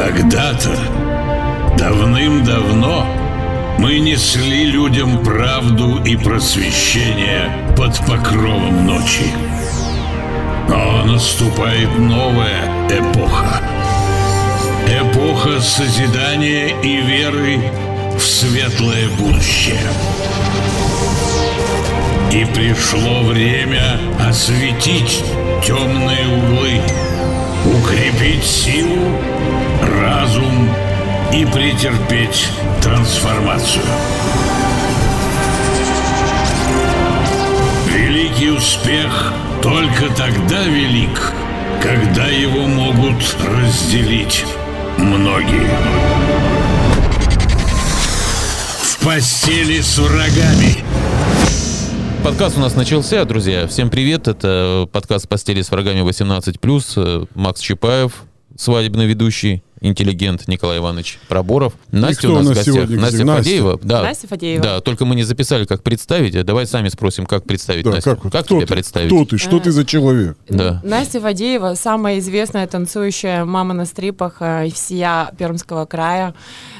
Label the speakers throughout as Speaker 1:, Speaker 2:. Speaker 1: когда-то, давным-давно, мы несли людям правду и просвещение под покровом ночи. Но наступает новая эпоха. Эпоха созидания и веры в светлое будущее. И пришло время осветить темные углы, укрепить силу, разум и претерпеть трансформацию. Великий успех только тогда велик, когда его могут разделить многие. В постели с врагами.
Speaker 2: Подкаст у нас начался, друзья. Всем привет. Это подкаст «Постели с врагами 18+.» Макс Чапаев, свадебный ведущий, интеллигент Николай Иванович Проборов. Настя
Speaker 3: кто
Speaker 2: у нас
Speaker 3: у
Speaker 2: в
Speaker 3: нас
Speaker 2: гостях.
Speaker 3: сегодня,
Speaker 2: Настя
Speaker 3: Ксения? Настя.
Speaker 2: Фадеева. Да.
Speaker 4: Настя Фадеева.
Speaker 2: Да, только мы не записали, как представить. А Давай сами спросим, как представить,
Speaker 3: Да,
Speaker 2: Настя.
Speaker 3: вот,
Speaker 2: Как
Speaker 3: кто
Speaker 2: тебе
Speaker 3: ты,
Speaker 2: представить?
Speaker 3: Кто ты? Что ты за человек?
Speaker 2: Да.
Speaker 4: Настя Фадеева, самая известная танцующая мама на стрипах э, и всея Пермского края.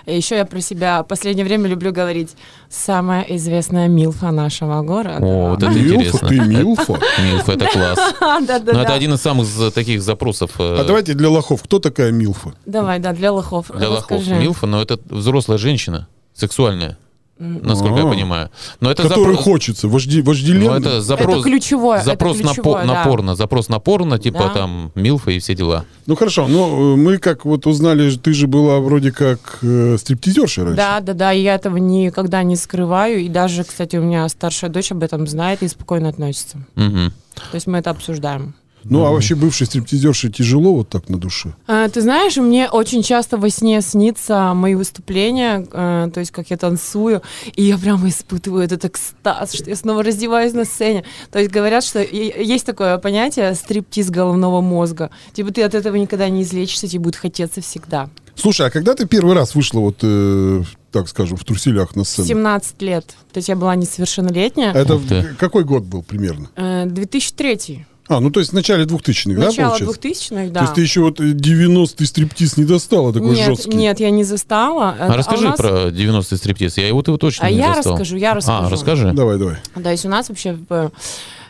Speaker 4: И еще я про себя в последнее время люблю говорить самая известная милфа нашего города.
Speaker 2: О, вот это
Speaker 3: Милфа?
Speaker 2: интересно.
Speaker 3: Ты милфа?
Speaker 2: Милф, это класс.
Speaker 4: А, да, да,
Speaker 2: Но
Speaker 4: да.
Speaker 2: Ну, это один из самых за- таких запросов. э,
Speaker 3: А давайте для лохов. Кто такая милфа?
Speaker 4: Давай, да, для лохов.
Speaker 2: для лохов
Speaker 4: расскажи.
Speaker 2: Милфа, но это взрослая женщина, сексуальная, насколько я
Speaker 3: А.
Speaker 2: понимаю. Но это
Speaker 3: Который
Speaker 2: запро-
Speaker 3: хочется. вожди-
Speaker 2: но
Speaker 3: Вожделенный.
Speaker 2: Ну, это запрос,
Speaker 4: Ну, ключевое, это
Speaker 2: запрос на,
Speaker 4: ключевое,
Speaker 2: по- на
Speaker 4: да.
Speaker 2: порно, запрос на порно, типа
Speaker 4: Да.
Speaker 2: там Милфа и все дела.
Speaker 3: Ну хорошо, но э, мы как вот узнали, ты же была вроде как э, стриптизершей раньше.
Speaker 4: Да, да, да, и я этого никогда не скрываю. И даже, кстати, у меня старшая дочь об этом знает и спокойно относится.
Speaker 2: Мгм.
Speaker 4: То есть мы это обсуждаем.
Speaker 3: Ну а вообще бывшей стриптизершей тяжело вот так на душе.
Speaker 4: А, Ты знаешь, мне очень часто во сне снится мои выступления, э, то есть как я танцую, и я прямо испытываю этот экстаз, что я снова раздеваюсь на сцене. То есть говорят, что е- есть такое понятие стриптиз головного мозга. Типа ты от этого никогда не излечишься, тебе будет хотеться всегда.
Speaker 3: Слушай, а когда ты первый раз вышла вот, э, так скажем, в труселях на сцену?
Speaker 4: 17 лет, то есть я была несовершеннолетняя.
Speaker 3: Это
Speaker 2: Ух ты.
Speaker 3: в- какой год был примерно?
Speaker 4: Э, 2003.
Speaker 3: А, ну то есть в начале 2000-х, да,
Speaker 4: Начало
Speaker 3: получается?
Speaker 4: 2000-х,
Speaker 3: То
Speaker 4: да.
Speaker 3: есть ты еще вот э, 90-й стриптиз не достала, такой
Speaker 4: Нет,
Speaker 3: жесткий.
Speaker 4: нет, я не застала. Это-
Speaker 2: А расскажи
Speaker 4: у нас-
Speaker 2: про 90-й стриптиз. Я его ты его точно
Speaker 4: А
Speaker 2: не
Speaker 4: я
Speaker 2: застал.
Speaker 4: расскажу, я
Speaker 2: А,
Speaker 4: расскажу.
Speaker 2: расскажи.
Speaker 3: Давай, давай.
Speaker 4: То есть у нас вообще в, э,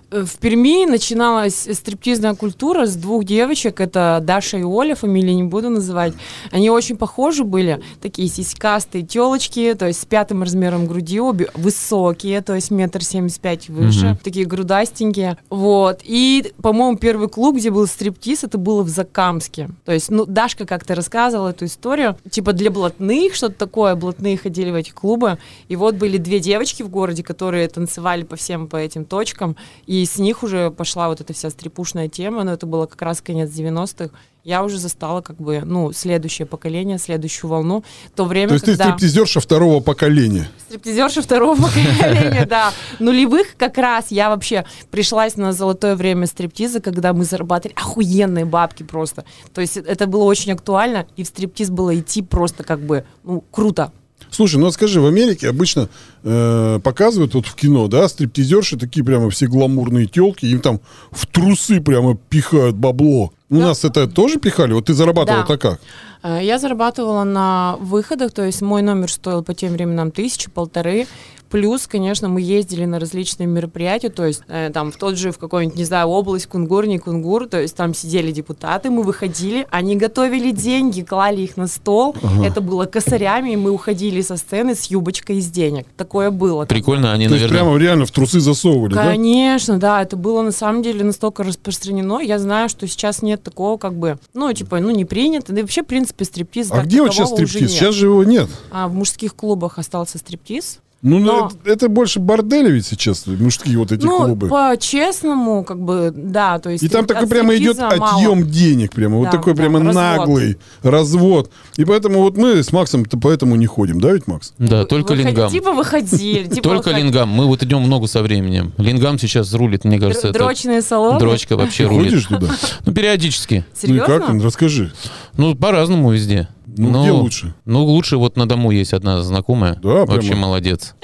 Speaker 4: в Перми начиналась стриптизная культура с двух девочек. Это Даша и Оля, фамилии не буду называть. Они очень похожи были. Такие сиськастые телочки, то есть с пятым размером груди обе высокие, то есть метр семьдесят пять выше.
Speaker 2: Мгм.
Speaker 4: Такие грудастенькие. Вот. И, по-моему, первый клуб, где был стриптиз, это было в Закамске. То есть, ну, Дашка как-то рассказывала эту историю. Типа для блатных, что-то такое. Блатные ходили в эти клубы. И вот были две девочки в городе, которые танцевали по всем по этим точкам. И с них уже пошла вот эта вся стрипушная тема. Но это было как раз конец 90-х. Я уже застала как бы, ну, следующее поколение, следующую волну. То время,
Speaker 3: То есть ты
Speaker 4: когда...
Speaker 3: стриптизерша второго поколения.
Speaker 4: Стриптизерша второго поколения, да. Нулевых как раз я вообще пришлась на золотое время стриптиза, когда мы зарабатывали охуенные бабки просто. То есть это было очень актуально, и в стриптиз было идти просто как бы, ну, круто.
Speaker 3: Слушай, ну вот скажи, в Америке обычно э, показывают вот в кино, да, стриптизерши такие прямо все гламурные телки, им там в трусы прямо пихают бабло. У нас это тоже пихали? Вот ты зарабатывала-то
Speaker 4: Да.
Speaker 3: как?
Speaker 4: Э, Я зарабатывала на выходах, то есть мой номер стоил по тем временам тысячи, полторы. Плюс, конечно, мы ездили на различные мероприятия, то есть э, там в тот же, в какой-нибудь, не знаю, область, Кунгур, не Кунгур, то есть там сидели депутаты, мы выходили, они готовили деньги, клали их на стол, это было косарями, и мы уходили со сцены с юбочкой из денег. Такое было.
Speaker 2: Прикольно, они,
Speaker 3: То есть
Speaker 2: наверное...
Speaker 3: прямо реально в трусы засовывали, да?
Speaker 4: Конечно, да, это было на самом деле настолько распространено. Я знаю, что сейчас нет такого, как бы, ну, типа, ну, не принято. Да и вообще, в принципе, стриптиз
Speaker 3: А
Speaker 4: как
Speaker 3: где вот сейчас
Speaker 4: такового уже
Speaker 3: стриптиз?
Speaker 4: нет.
Speaker 3: Сейчас же его нет.
Speaker 4: А в мужских клубах остался стриптиз.
Speaker 3: Ну,
Speaker 4: Но-
Speaker 3: это, это больше бордели ведь сейчас, мужские вот эти
Speaker 4: ну,
Speaker 3: клубы.
Speaker 4: по-честному, как бы, да, то есть...
Speaker 3: И там
Speaker 4: от
Speaker 3: такой прямо идет
Speaker 4: стриптиза а мало.
Speaker 3: отъем денег, прямо вот
Speaker 4: Да,
Speaker 3: такой
Speaker 4: да,
Speaker 3: прямо
Speaker 4: развод.
Speaker 3: наглый развод. И поэтому вот мы с Максом-то поэтому не ходим, да, ведь Макс?
Speaker 2: Да,
Speaker 4: Вы-
Speaker 2: только
Speaker 4: выходи-
Speaker 2: лингам.
Speaker 4: Типа выходили. типа
Speaker 2: Только
Speaker 4: выходи-
Speaker 2: лингам. Мы вот идем в ногу со временем. Лингам сейчас рулит, мне
Speaker 4: Др-
Speaker 2: кажется. это-
Speaker 4: Дрочные салоны.
Speaker 2: Дрочка вообще
Speaker 3: Ты
Speaker 2: рулит.
Speaker 3: ходишь туда?
Speaker 2: Ну, периодически.
Speaker 3: Ну и как?
Speaker 4: Серьезно?
Speaker 3: Ну, Расскажи.
Speaker 2: Ну, по-разному везде.
Speaker 3: Ну, где лучше?
Speaker 2: Ну, лучше вот на дому есть одна знакомая.
Speaker 3: Да,
Speaker 2: Вообще
Speaker 3: прямо.
Speaker 2: молодец.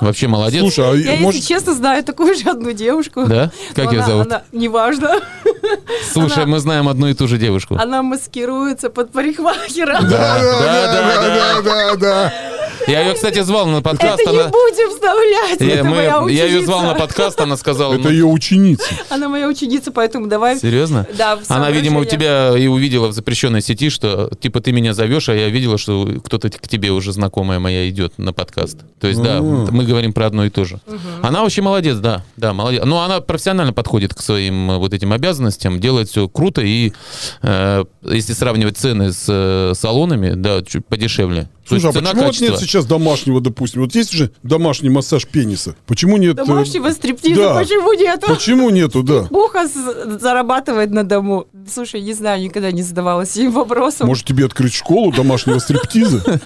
Speaker 2: Вообще молодец.
Speaker 3: Слушай, а
Speaker 4: Я,
Speaker 3: может...
Speaker 4: если честно, знаю такую же одну девушку.
Speaker 2: Да? Как
Speaker 4: Но
Speaker 2: ее
Speaker 4: она-
Speaker 2: зовут?
Speaker 4: она- неважно.
Speaker 2: Слушай,
Speaker 3: а-
Speaker 4: Она-
Speaker 2: мы знаем одну и ту же девушку.
Speaker 4: Она маскируется под парикмахера.
Speaker 2: Да, да,
Speaker 3: да, да,
Speaker 2: да,
Speaker 3: да, да.
Speaker 2: Я ее, кстати, звал на подкаст.
Speaker 4: Это не
Speaker 2: Она...
Speaker 4: будем вставлять.
Speaker 2: Я,
Speaker 4: это
Speaker 2: мы-
Speaker 4: моя ученица.
Speaker 2: я ее звал на подкаст, она сказала.
Speaker 3: Это
Speaker 2: ну,
Speaker 3: ее ученица.
Speaker 4: Она моя ученица, поэтому давай.
Speaker 2: Серьезно?
Speaker 4: Да, в
Speaker 2: Она,
Speaker 4: самом
Speaker 2: видимо, у
Speaker 4: деле-
Speaker 2: тебя и увидела в запрещенной сети, что типа ты меня зовешь, а я видела, что кто-то к тебе уже знакомая моя идет на подкаст. То есть, да,
Speaker 3: М.
Speaker 2: мы говорим про одно и то же. Она вообще молодец, да, да, молодец. Но она профессионально подходит к своим э, вот этим обязанностям, делает все круто и, э, если сравнивать цены с э, салонами, да, чуть подешевле. То есть
Speaker 3: Слушай, а
Speaker 2: цена,
Speaker 3: почему вот
Speaker 2: качество.
Speaker 3: нет сейчас домашнего, допустим? Вот есть же домашний массаж пениса. Почему нет? э,
Speaker 4: Домашнего стриптиза,
Speaker 3: да.
Speaker 4: почему нету?
Speaker 3: Почему нету, да?
Speaker 4: Буха с- зарабатывает на дому. Слушай, не знаю, никогда не задавалась им вопросом.
Speaker 3: Может, тебе открыть школу домашнего стриптиза?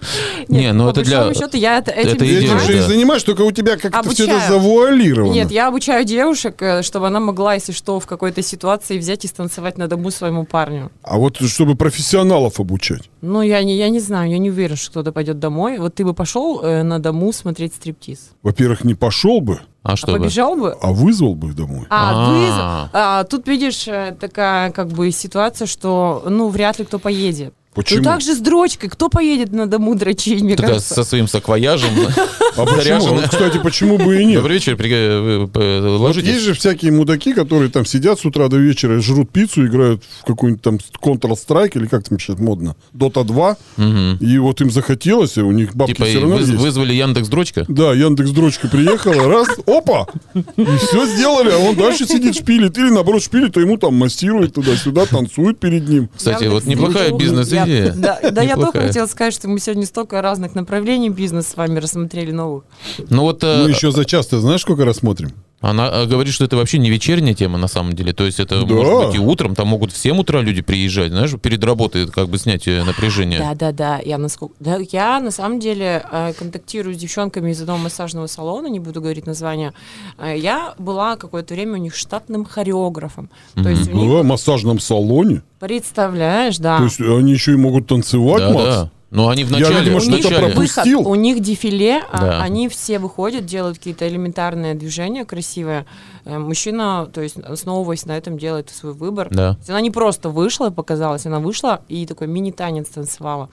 Speaker 2: Не, ну
Speaker 4: по
Speaker 2: это для-
Speaker 4: большому счету я это, этим
Speaker 2: это
Speaker 4: не
Speaker 2: идея,
Speaker 3: Этим
Speaker 4: занимаюсь.
Speaker 3: же и
Speaker 2: да.
Speaker 3: занимаешь, только у тебя как-то все это
Speaker 4: Обучаю.
Speaker 3: завуалировано.
Speaker 4: Нет, я обучаю девушек, э, чтобы она могла, если что, в какой-то ситуации взять и станцевать на дому своему парню.
Speaker 3: А вот чтобы профессионалов обучать.
Speaker 4: Ну, я не, я не знаю, я не уверен, что кто-то пойдет домой. Вот ты бы пошел э, на дому смотреть стриптиз.
Speaker 3: Во-первых, не пошел бы,
Speaker 2: А что
Speaker 4: а
Speaker 2: бы?
Speaker 4: побежал бы?
Speaker 3: а вызвал бы их домой.
Speaker 4: А,
Speaker 2: А.
Speaker 4: вызов. А, тут, видишь, э, такая как бы ситуация, что, ну, вряд ли кто поедет.
Speaker 3: Почему?
Speaker 4: Ну, так же с дрочкой. Кто поедет на дому дрочить, мне
Speaker 2: Тогда
Speaker 4: кажется?
Speaker 2: со своим саквояжем.
Speaker 3: А почему? А
Speaker 2: заряженная.
Speaker 3: вот, кстати, почему бы и нет?
Speaker 2: Добрый вечер, при- э, э,
Speaker 3: Вот
Speaker 2: ложитесь.
Speaker 3: есть же всякие мудаки, которые там сидят с утра до вечера, жрут пиццу, играют в какой-нибудь там Counter-Strike или как там сейчас модно, Dota 2,
Speaker 2: Мгм.
Speaker 3: и вот им захотелось, и у них бабки
Speaker 2: Типа
Speaker 3: все
Speaker 2: и
Speaker 3: равно
Speaker 2: выз-
Speaker 3: есть.
Speaker 2: вызвали Яндекс Дрочка.
Speaker 3: Да, Яндекс дрочка приехала, раз, опа, и все сделали, а он дальше сидит, шпилит, или наоборот шпилит, а ему там массирует туда-сюда, танцует перед ним.
Speaker 2: Кстати,
Speaker 4: Я
Speaker 2: вот
Speaker 4: вот
Speaker 2: неплохая
Speaker 4: слышу.
Speaker 2: бизнес-идея.
Speaker 4: Я- Да, да, я только
Speaker 2: Неплохая.
Speaker 4: хотела сказать, что мы сегодня столько разных направлений бизнеса с вами рассмотрели новых.
Speaker 2: Ну вот э,
Speaker 3: Мы еще за час-то знаешь, сколько раз смотрим?
Speaker 2: она э, говорит, что это вообще не вечерняя тема на самом деле. То есть это
Speaker 3: Да.
Speaker 2: может быть и утром, там могут в 7 утра люди приезжать, знаешь, перед работой как бы снять э, напряжение.
Speaker 4: Да, да, да. Я насколько. Да, я на самом деле э, контактирую с девчонками из одного массажного салона, не буду говорить название. Э, я была какое-то время у них штатным хореографом. То есть у них,
Speaker 3: Да, в массажном салоне.
Speaker 4: представляешь, да.
Speaker 3: То есть они еще и могут танцевать,
Speaker 2: да,
Speaker 3: Макс?
Speaker 2: да. Но они в
Speaker 3: Я,
Speaker 2: начале,
Speaker 3: видимо,
Speaker 2: в
Speaker 3: что-то
Speaker 2: начале.
Speaker 3: пропустил.
Speaker 4: выход, у них дефиле, а,
Speaker 2: Да.
Speaker 4: они все выходят, делают какие-то элементарные движения красивые. Э, Мужчина, то есть основываясь на этом, делает свой выбор.
Speaker 2: Да.
Speaker 4: То есть она не просто вышла и показалась, она вышла и такой мини-танец танцевала.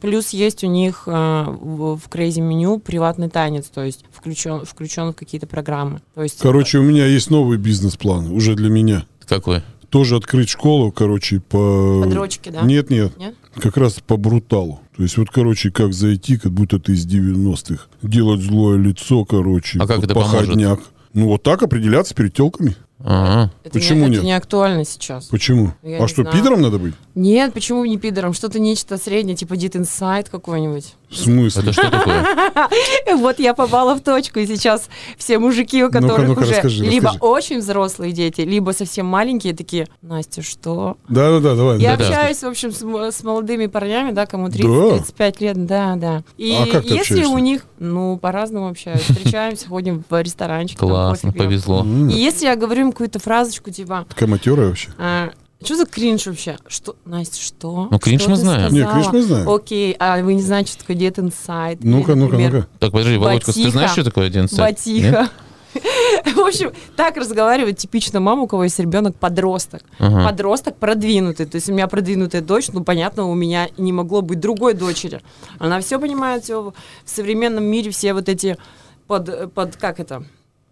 Speaker 4: Плюс есть у них э, в в Crazy меню приватный танец, то есть включен, включен в какие-то программы. То есть,
Speaker 3: Короче, у меня есть новый бизнес-план уже для меня.
Speaker 2: Какой?
Speaker 3: Тоже открыть школу, короче, по...
Speaker 4: По дрочке, да?
Speaker 3: Нет, нет,
Speaker 4: Нет?
Speaker 3: Как раз по бруталу. То есть вот, короче, как зайти, как будто ты из 90-х. Делать злое лицо, короче.
Speaker 2: А как это поможет?
Speaker 3: походняк. Ну, вот так определяться перед телками.
Speaker 2: Ага.
Speaker 4: это
Speaker 3: почему
Speaker 4: не,
Speaker 3: нет?
Speaker 4: Это не актуально сейчас.
Speaker 3: Почему?
Speaker 4: Я
Speaker 3: а
Speaker 4: не
Speaker 3: что,
Speaker 4: знаю.
Speaker 3: пидором надо быть?
Speaker 4: Нет, почему не пидором? Что-то нечто среднее, типа Deep Inside какой-нибудь.
Speaker 3: В смысле?
Speaker 2: Это что такое?
Speaker 4: Вот я попала в точку, и сейчас все мужики, у которых
Speaker 3: ну-ка,
Speaker 4: уже
Speaker 3: расскажи,
Speaker 4: либо
Speaker 3: расскажи.
Speaker 4: очень взрослые дети, либо совсем маленькие, такие, Настя, что?
Speaker 3: Да-да-да, давай.
Speaker 4: Я
Speaker 2: Да-да.
Speaker 4: общаюсь, в общем, с, м- с молодыми парнями, да, кому
Speaker 3: Да?
Speaker 4: 30-35 лет, да, да. И
Speaker 3: А как ты
Speaker 4: если
Speaker 3: общаешься?
Speaker 4: у них, ну, по-разному общаюсь, встречаемся, ходим в ресторанчик, там
Speaker 2: Классно,
Speaker 4: кофе пьем.
Speaker 2: повезло.
Speaker 4: И если я говорю им какую-то фразочку, типа,
Speaker 3: Такая матерая вообще.
Speaker 4: что за кринж вообще? Что, Настя, что?
Speaker 2: Ну, кринж
Speaker 4: Что
Speaker 2: мы
Speaker 4: ты
Speaker 2: знаем.
Speaker 3: Не,
Speaker 4: сказала?
Speaker 3: кринж мы знаем.
Speaker 4: Окей, а вы не знаете, что такое Get Inside? Или,
Speaker 3: Ну-ка, ну-ка,
Speaker 4: например,
Speaker 3: ну-ка.
Speaker 2: Так, подожди, Володька, ты
Speaker 4: Батиха.
Speaker 2: знаешь, что такое один сайт? Нет?
Speaker 4: Батиха. В общем, так разговаривает типично мама, у кого есть ребенок подросток.
Speaker 2: Ага.
Speaker 4: Подросток продвинутый. То есть у меня продвинутая дочь, ну, понятно, у меня не могло быть другой дочери. Она все понимает, все в современном мире, все вот эти под, под как это,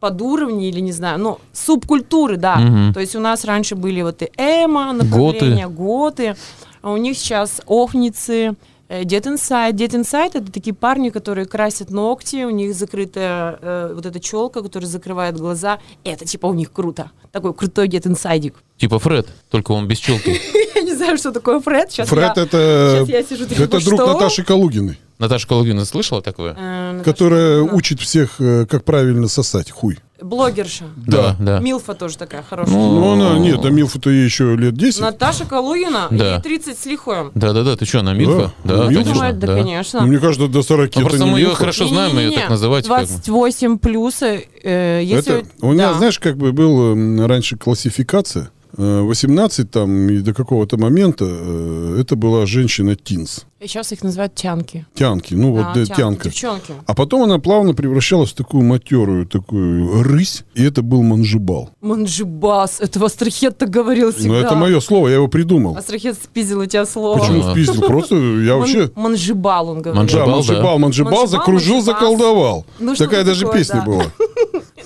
Speaker 4: под уровни или не знаю, ну, субкультуры, да.
Speaker 2: Мгм.
Speaker 4: То есть у нас раньше были вот и эмо, направления, готы. А у них сейчас охницы, э, Get Inside. Get Inside — это такие парни, которые красят ногти, у них закрытая э, вот эта челка, которая закрывает глаза. Это типа у них круто. Такой крутой Get Inside.
Speaker 2: Типа Фред, только он без челки.
Speaker 4: Я не знаю, что такое Фред. Сейчас
Speaker 3: Фред
Speaker 4: я...
Speaker 3: это...
Speaker 4: щас я сижу, такая,
Speaker 3: это
Speaker 4: «Вы
Speaker 3: друг
Speaker 4: что?»
Speaker 3: Наташи Калугиной,
Speaker 2: Наташа Коловина слышала такое?
Speaker 4: э, Наташа,
Speaker 3: которая
Speaker 4: да.
Speaker 3: учит всех, э, как правильно сосать хуй.
Speaker 4: Блогерша.
Speaker 2: Да, да.
Speaker 4: Милфа тоже такая хорошая.
Speaker 3: Ну, она, нет, а Милфу-то ей еще лет 10.
Speaker 4: Наташа Калугина,
Speaker 2: Да.
Speaker 4: ей 30 с лихоем.
Speaker 2: Да-да-да, ты что, она Милфа?
Speaker 3: Да, Ну,
Speaker 2: Да,
Speaker 3: Милфа.
Speaker 2: конечно.
Speaker 4: Думаю, да,
Speaker 2: да.
Speaker 4: конечно.
Speaker 3: Ну, мне кажется, до 40
Speaker 2: Ну,
Speaker 3: это
Speaker 2: просто
Speaker 3: не
Speaker 2: мы ее
Speaker 3: Милфа.
Speaker 2: хорошо знаем, ее
Speaker 4: Не-не-не-не.
Speaker 2: так называть. как бы.
Speaker 4: 28 плюс. э, э, если-
Speaker 3: Это- у меня,
Speaker 4: да.
Speaker 3: знаешь, как бы была раньше классификация. э, 18 там и до какого-то момента э, это была женщина Тинс.
Speaker 4: И сейчас их называют тянки.
Speaker 3: Тянки, ну вот
Speaker 4: А,
Speaker 3: да,
Speaker 4: тянки,
Speaker 3: тянка.
Speaker 4: Девчонки.
Speaker 3: А потом она плавно превращалась в такую матерую, такую рысь, и это был манжибал.
Speaker 4: Манджибас, это Вострахет так говорил всегда.
Speaker 3: Но Ну, это мое слово, я его придумал.
Speaker 4: Астрахет спиздил у тебя слово.
Speaker 3: Почему
Speaker 2: Ага.
Speaker 3: спиздил? Просто я
Speaker 4: Ман-
Speaker 3: вообще...
Speaker 4: Манджибал он говорил.
Speaker 3: Да,
Speaker 2: Манджибал, да.
Speaker 3: манжибал, манжибал,
Speaker 4: Манжибал,
Speaker 3: закружил,
Speaker 4: манжибас.
Speaker 3: заколдовал.
Speaker 4: Ну, что
Speaker 3: Такая
Speaker 4: это
Speaker 3: даже
Speaker 4: такое,
Speaker 3: песня
Speaker 4: да.
Speaker 3: была.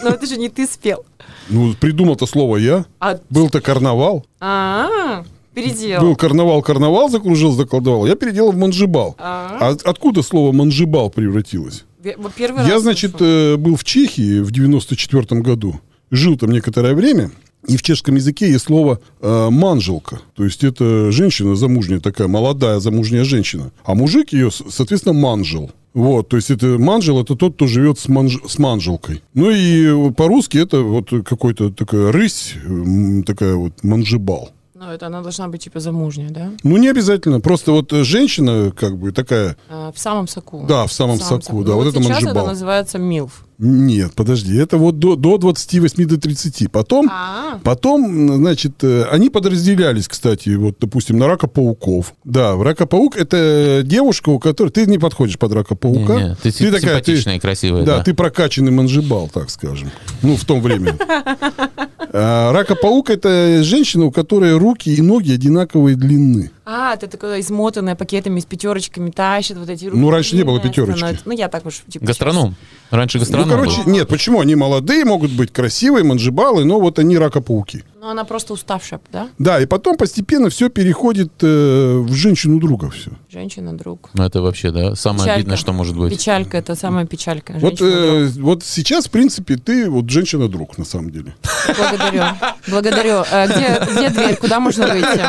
Speaker 4: Но это же не ты спел.
Speaker 3: Ну, придумал-то слово я.
Speaker 4: А,
Speaker 3: Был-то карнавал.
Speaker 4: а переделал.
Speaker 3: Был карнавал, карнавал закружил, заколдовал. Я переделал в манжибал.
Speaker 4: А.
Speaker 3: А от- откуда слово манжибал превратилось?
Speaker 4: Пе- вот Первый
Speaker 3: Я,
Speaker 4: раз
Speaker 3: значит,
Speaker 4: слышу.
Speaker 3: э, был в Чехии в 94 году. Жил там некоторое время. И в чешском языке есть слово э, «манжелка». То есть это женщина замужняя такая, молодая замужняя женщина. А мужик ее, с- соответственно, манжел. Вот, то есть это манжел, это тот, кто живет с, манж- с манжелкой. Ну и вот по-русски это вот какой-то такая рысь, м, такая вот манжибал.
Speaker 4: Ну, это она должна быть, типа, замужняя, да?
Speaker 3: Ну, не обязательно. Просто вот э, женщина, как бы, такая...
Speaker 4: А, в самом соку.
Speaker 3: Да, в самом,
Speaker 4: В
Speaker 3: соку, да.
Speaker 4: Ну,
Speaker 3: вот это
Speaker 4: сейчас
Speaker 3: манжибал.
Speaker 4: это называется милф.
Speaker 3: Нет, подожди, это вот до, до 28 до 30. Потом,
Speaker 4: А,
Speaker 3: потом, значит, э, они подразделялись, кстати, вот, допустим, на рака-пауков. Да, рака-паук — это девушка, у которой... Ты не подходишь под рака-паука.
Speaker 2: Не-не, ты, си- симпатичная и красивая.
Speaker 3: Да, ты прокачанный манжибал, так скажем. Ну, в том времени. А, Рака-паук — это женщина, у которой руки и ноги одинаковой длины. Ну,
Speaker 4: а, это такое измотанное пакетами с петерочками тащит вот эти руки.
Speaker 3: Ну, раньше не было
Speaker 4: длинные
Speaker 3: пятерочки.
Speaker 4: становятся. Ну, я так уж, типа...
Speaker 2: Гастроном. Раньше гастроном
Speaker 3: ну, короче,
Speaker 2: был.
Speaker 3: нет, почему? Они молодые, могут быть красивые, манжибалы, но вот они рака-пауки.
Speaker 4: сейчас. Ну, она просто уставшая, да?
Speaker 3: Да, и потом постепенно все переходит э, в женщину друга все.
Speaker 4: Женщина, друг.
Speaker 2: Ну, это вообще, да, самое
Speaker 4: Печалька.
Speaker 2: обидное, что может быть.
Speaker 4: Печалька, это самая печалька.
Speaker 3: Вот,
Speaker 4: Женщина,
Speaker 3: э, вот сейчас, в принципе, ты вот женщина-друг, на самом деле.
Speaker 4: друг. Благодарю. Благодарю. Э, где, где дверь? Куда можно выйти?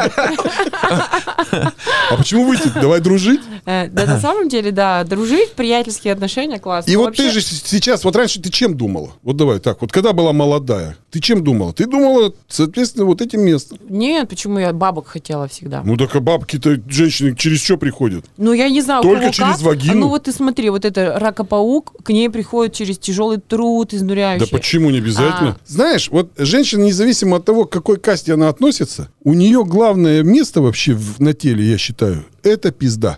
Speaker 3: А почему выйти? Давай дружить.
Speaker 4: Э, Да, на самом деле, да, дружить, приятельские отношения, классно.
Speaker 3: И
Speaker 4: Ну,
Speaker 3: вот
Speaker 4: вообще-
Speaker 3: ты же с- сейчас, вот раньше ты чем думала? Вот давай так, вот когда была молодая, ты чем думала? Ты думала, соответственно, вот этим местом.
Speaker 4: Нет, почему я бабок хотела всегда?
Speaker 3: Ну так а бабки-то, женщины через что приходят?
Speaker 4: Ну, я не знаю, у
Speaker 3: Только
Speaker 4: кого
Speaker 3: через
Speaker 4: как.
Speaker 3: вагину?
Speaker 4: Ну, вот ты смотри, вот это ракопаук, к ней приходит через тяжелый труд,
Speaker 3: Да
Speaker 4: изнуряющий.
Speaker 3: почему не обязательно?
Speaker 4: А.
Speaker 3: Знаешь, вот женщина, независимо от того, к какой касте она относится, у нее главное место вообще в- на теле, я считаю, это пизда.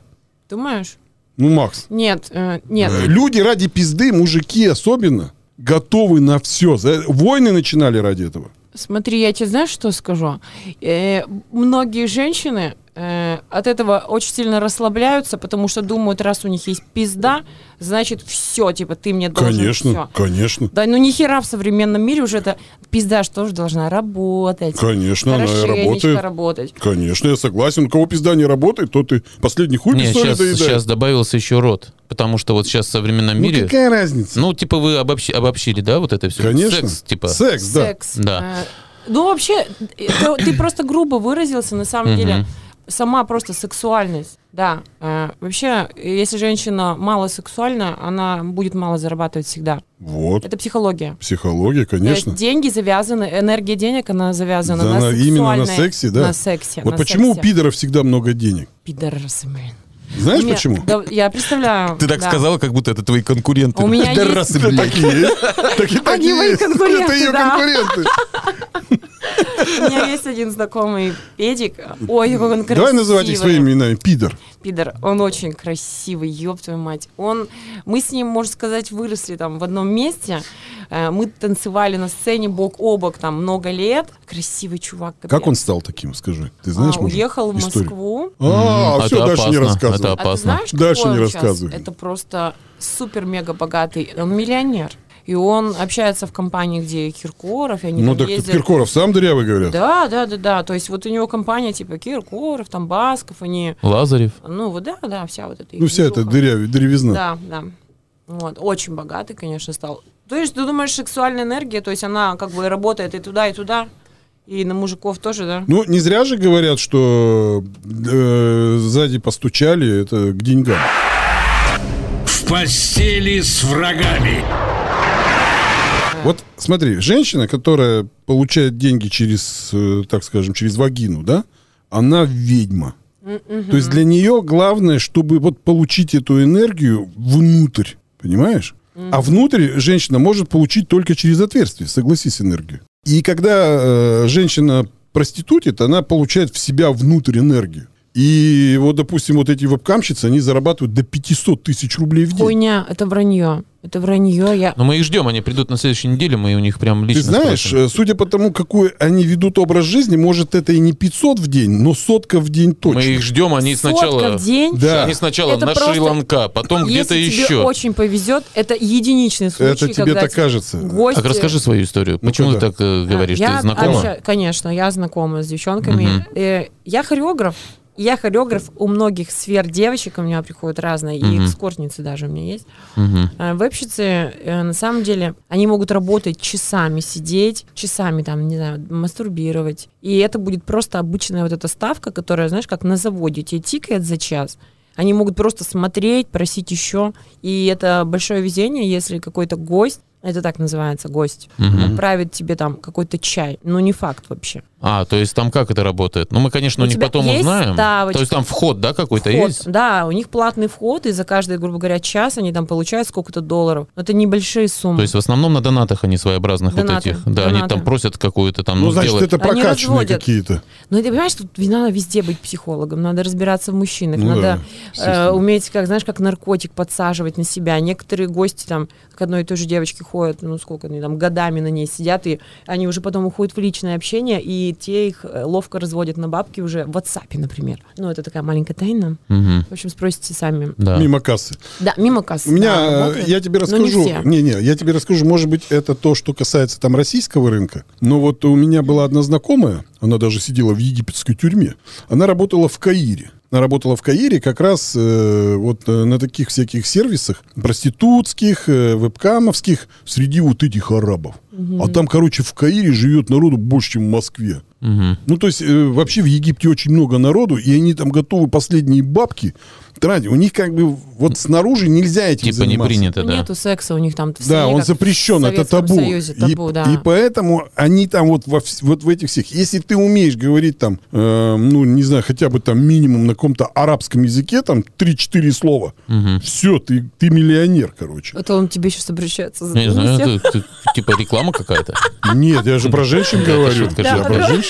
Speaker 4: Думаешь?
Speaker 3: Ну, Макс,
Speaker 4: Нет, э, нет.
Speaker 3: Люди ради пизды, мужики особенно, готовы на все. Войны начинали ради этого.
Speaker 4: Смотри, я тебе знаешь, что скажу? Э, многие женщины э, от этого очень сильно расслабляются, потому что думают, раз у них есть пизда, значит, все, типа, ты мне должен всё.
Speaker 3: конечно.
Speaker 4: Да, ну ни хера в современном мире уже это пизда что же должна работать.
Speaker 3: Конечно,
Speaker 4: хорошенечко работать.
Speaker 3: Конечно, я согласен. У кого пизда не работает, то ты последний хуй
Speaker 2: Нет,
Speaker 3: писали
Speaker 2: сейчас, сейчас добавился еще рот. Потому что вот сейчас в современном
Speaker 3: Ну
Speaker 2: мире...
Speaker 3: какая разница?
Speaker 2: Ну, типа вы обобщи- обобщили, да, вот это все?
Speaker 3: конечно.
Speaker 2: Секс, типа.
Speaker 3: Секс, да.
Speaker 4: Секс.
Speaker 2: Да.
Speaker 4: Э, Ну, вообще, это ты просто грубо выразился, на самом деле. Сама просто сексуальность, да. Э, Вообще, если женщина мало сексуальна, она будет мало зарабатывать всегда.
Speaker 3: Вот.
Speaker 4: Это психология.
Speaker 3: Психология,
Speaker 4: То есть
Speaker 3: конечно.
Speaker 4: деньги завязаны, энергия денег, она завязана
Speaker 3: Да,
Speaker 4: на,
Speaker 3: на- именно на
Speaker 4: сексуальной-
Speaker 3: сексе, да.
Speaker 4: На сексе.
Speaker 3: Вот
Speaker 4: на
Speaker 3: почему у
Speaker 4: сексе.
Speaker 3: пидоров всегда много денег?
Speaker 4: Пидорасы, блин.
Speaker 3: Знаешь
Speaker 4: Мне-
Speaker 3: почему?
Speaker 4: да, я представляю.
Speaker 2: Ты так
Speaker 4: да.
Speaker 2: сказала, как будто это твои конкуренты.
Speaker 4: У меня есть-
Speaker 2: Пидорасы, блядь.
Speaker 3: Так и есть. Так и так и
Speaker 4: Они мои
Speaker 3: есть. Это
Speaker 4: конкуренты,
Speaker 3: ее
Speaker 4: да.
Speaker 3: конкуренты.
Speaker 4: У меня есть один знакомый педик. Ой, какой он красивый.
Speaker 3: Давай называть их своими именами. Пидор.
Speaker 4: Пидор, он очень красивый, ёб твою мать. Он, мы с ним, можно сказать, выросли там в одном месте. Э, Мы танцевали на сцене бок о бок там много лет. Красивый чувак. капец.
Speaker 3: Как он стал таким, скажи? Ты знаешь,
Speaker 4: А,
Speaker 3: может,
Speaker 4: уехал в
Speaker 3: историю?
Speaker 4: Москву.
Speaker 3: А,
Speaker 2: Мгм.
Speaker 3: все,
Speaker 2: Это
Speaker 3: дальше не
Speaker 2: опасно.
Speaker 3: рассказывай.
Speaker 2: Это опасно.
Speaker 4: А ты знаешь, какой
Speaker 3: Дальше не
Speaker 4: он сейчас?
Speaker 3: рассказывай.
Speaker 4: Это просто супер мега богатый. Он миллионер. И он общается в компании, где и Киркоров, и они
Speaker 3: Ну
Speaker 4: там
Speaker 3: так тут
Speaker 4: ездят.
Speaker 3: Киркоров сам дырявый, говорят.
Speaker 4: Да, да, да, да. То есть вот у него компания типа Киркоров, там Басков, они...
Speaker 2: Лазарев.
Speaker 4: Ну вот да, да, вся вот эта их
Speaker 3: Ну вся эта
Speaker 4: движуха.
Speaker 3: дыряви-
Speaker 2: Ну.
Speaker 3: дырявизна.
Speaker 4: Да, да. Вот, очень богатый, конечно, стал. То есть, ты думаешь, сексуальная энергия, то есть она как бы работает и туда, и туда, и на мужиков тоже, да?
Speaker 3: Ну, не зря же говорят, что э, сзади постучали, это к деньгам.
Speaker 1: В постели с врагами.
Speaker 3: Вот смотри, женщина, которая получает деньги через, э, так скажем, через вагину, да, она ведьма. То есть для нее главное, чтобы вот получить эту энергию внутрь, понимаешь? А внутрь женщина может получить только через отверстие, согласись, энергию. И когда э, женщина пр- проститутит, она получает в себя внутрь энергию. И вот, допустим, вот эти вебкамщицы, они зарабатывают до 500 тысяч рублей в день.
Speaker 4: Хуйня, это вранье. Это вранье. Я...
Speaker 2: Но мы их ждем, они придут на следующей неделе, мы у них прям лично
Speaker 3: Ты знаешь,
Speaker 2: спросим.
Speaker 3: э, судя по тому, какой они ведут образ жизни, может, это и не 500 в день, но сотка в день точно.
Speaker 2: мы их ждем, они
Speaker 4: Сотка
Speaker 2: сначала...
Speaker 4: в день?
Speaker 3: Да.
Speaker 2: Они сначала
Speaker 4: Это
Speaker 2: на
Speaker 4: просто-
Speaker 2: Шри-Ланка, потом ну, где-то
Speaker 4: Если тебе
Speaker 2: еще.
Speaker 4: очень повезет, это единичный случай,
Speaker 3: Это тебе
Speaker 4: когда
Speaker 3: так кажется.
Speaker 4: гости-
Speaker 2: Так А расскажи свою историю.
Speaker 3: Ну-ка,
Speaker 2: Почему
Speaker 3: да.
Speaker 2: ты так э,
Speaker 4: А,
Speaker 2: говоришь?
Speaker 4: я
Speaker 2: Ты знакома?
Speaker 4: обща- Конечно, я знакома с девчонками.
Speaker 2: Мгм.
Speaker 4: Э, я хореограф. Я хореограф у многих сфер девочек, у меня приходят разные, и
Speaker 2: Мгм.
Speaker 4: экскортницы даже у меня есть.
Speaker 2: Мгм.
Speaker 4: А Вебщицы, э, на самом деле, они могут работать часами, сидеть, часами там, не знаю, мастурбировать. И это будет просто обычная вот эта ставка, которая, знаешь, как на заводе, тебе тикает за час. Они могут просто смотреть, просить еще. И это большое везение, если какой-то гость, это так называется, гость,
Speaker 2: Мгм.
Speaker 4: отправит тебе там какой-то чай. Ну, не факт вообще.
Speaker 2: А, то есть там как это работает? Ну, мы, конечно,
Speaker 4: У
Speaker 2: у них
Speaker 4: тебя
Speaker 2: потом
Speaker 4: есть
Speaker 2: узнаем.
Speaker 4: ставочка?
Speaker 2: То есть там вход, да, какой-то
Speaker 4: Вход.
Speaker 2: есть?
Speaker 4: Да, у них платный вход, и за каждый, грубо говоря, час они там получают сколько-то долларов. Но это небольшие суммы.
Speaker 2: То есть в основном на донатах они своеобразных вот
Speaker 4: Донаты,
Speaker 2: этих. Да, они
Speaker 4: донаты.
Speaker 2: там просят какую-то там,
Speaker 3: Ну,
Speaker 2: ну,
Speaker 3: значит,
Speaker 2: сделать.
Speaker 3: это
Speaker 4: Они
Speaker 3: прокачанные
Speaker 4: разводят.
Speaker 3: какие-то.
Speaker 4: Ну, ты понимаешь, тут не надо везде быть психологом, надо разбираться в мужчинах,
Speaker 3: Ну да,
Speaker 4: надо
Speaker 3: естественно.
Speaker 4: э, уметь, как знаешь, как наркотик подсаживать на себя. Некоторые гости там к одной и той же девочке ходят, ну сколько они там годами на ней сидят, и они уже потом уходят в личное общение, и те их э, ловко разводят на бабки уже в WhatsApp, например. Ну, это такая маленькая тайна.
Speaker 2: Мгм.
Speaker 4: В общем, спросите сами.
Speaker 2: Да.
Speaker 3: Мимо кассы.
Speaker 4: Да, мимо кассы.
Speaker 3: У меня,
Speaker 4: да,
Speaker 3: э,
Speaker 4: работает,
Speaker 3: я тебе
Speaker 4: но не
Speaker 3: расскажу,
Speaker 4: все.
Speaker 3: не, не, я тебе расскажу, может быть, это то, что касается там российского рынка, но вот у меня была одна знакомая, она даже сидела в египетской тюрьме, она работала в Каире. Она работала в Каире как раз э, вот э, на таких всяких сервисах проститутских, э, вебкамовских, среди вот этих арабов. А там, короче, в Каире живет народу больше, чем в Москве.
Speaker 2: Мгм.
Speaker 3: Ну, то есть, э, вообще в Египте очень много народу, и они там готовы последние бабки тратить. У них как бы вот снаружи нельзя этим
Speaker 2: Типа не
Speaker 3: заниматься.
Speaker 2: принято, да.
Speaker 4: Нету секса у них там. в
Speaker 3: Да,
Speaker 4: стране,
Speaker 3: он
Speaker 4: как в
Speaker 3: запрещен, это
Speaker 4: Советском
Speaker 3: табу.
Speaker 4: Союзе, табу,
Speaker 3: и,
Speaker 4: да.
Speaker 3: и поэтому они там вот, во, вс- вот в этих всех... Если ты умеешь говорить там, э, ну, не знаю, хотя бы там минимум на каком-то арабском языке, там 3-4 слова, все, ты, ты миллионер, короче.
Speaker 4: Это А он тебе сейчас обращается за
Speaker 2: Не знаю,
Speaker 4: донесет.
Speaker 2: это, это типа реклама какая-то.
Speaker 3: Нет, я же про женщин
Speaker 2: Да, это
Speaker 3: говорю.
Speaker 2: шутка,
Speaker 3: Я
Speaker 4: шутка.
Speaker 3: про женщин.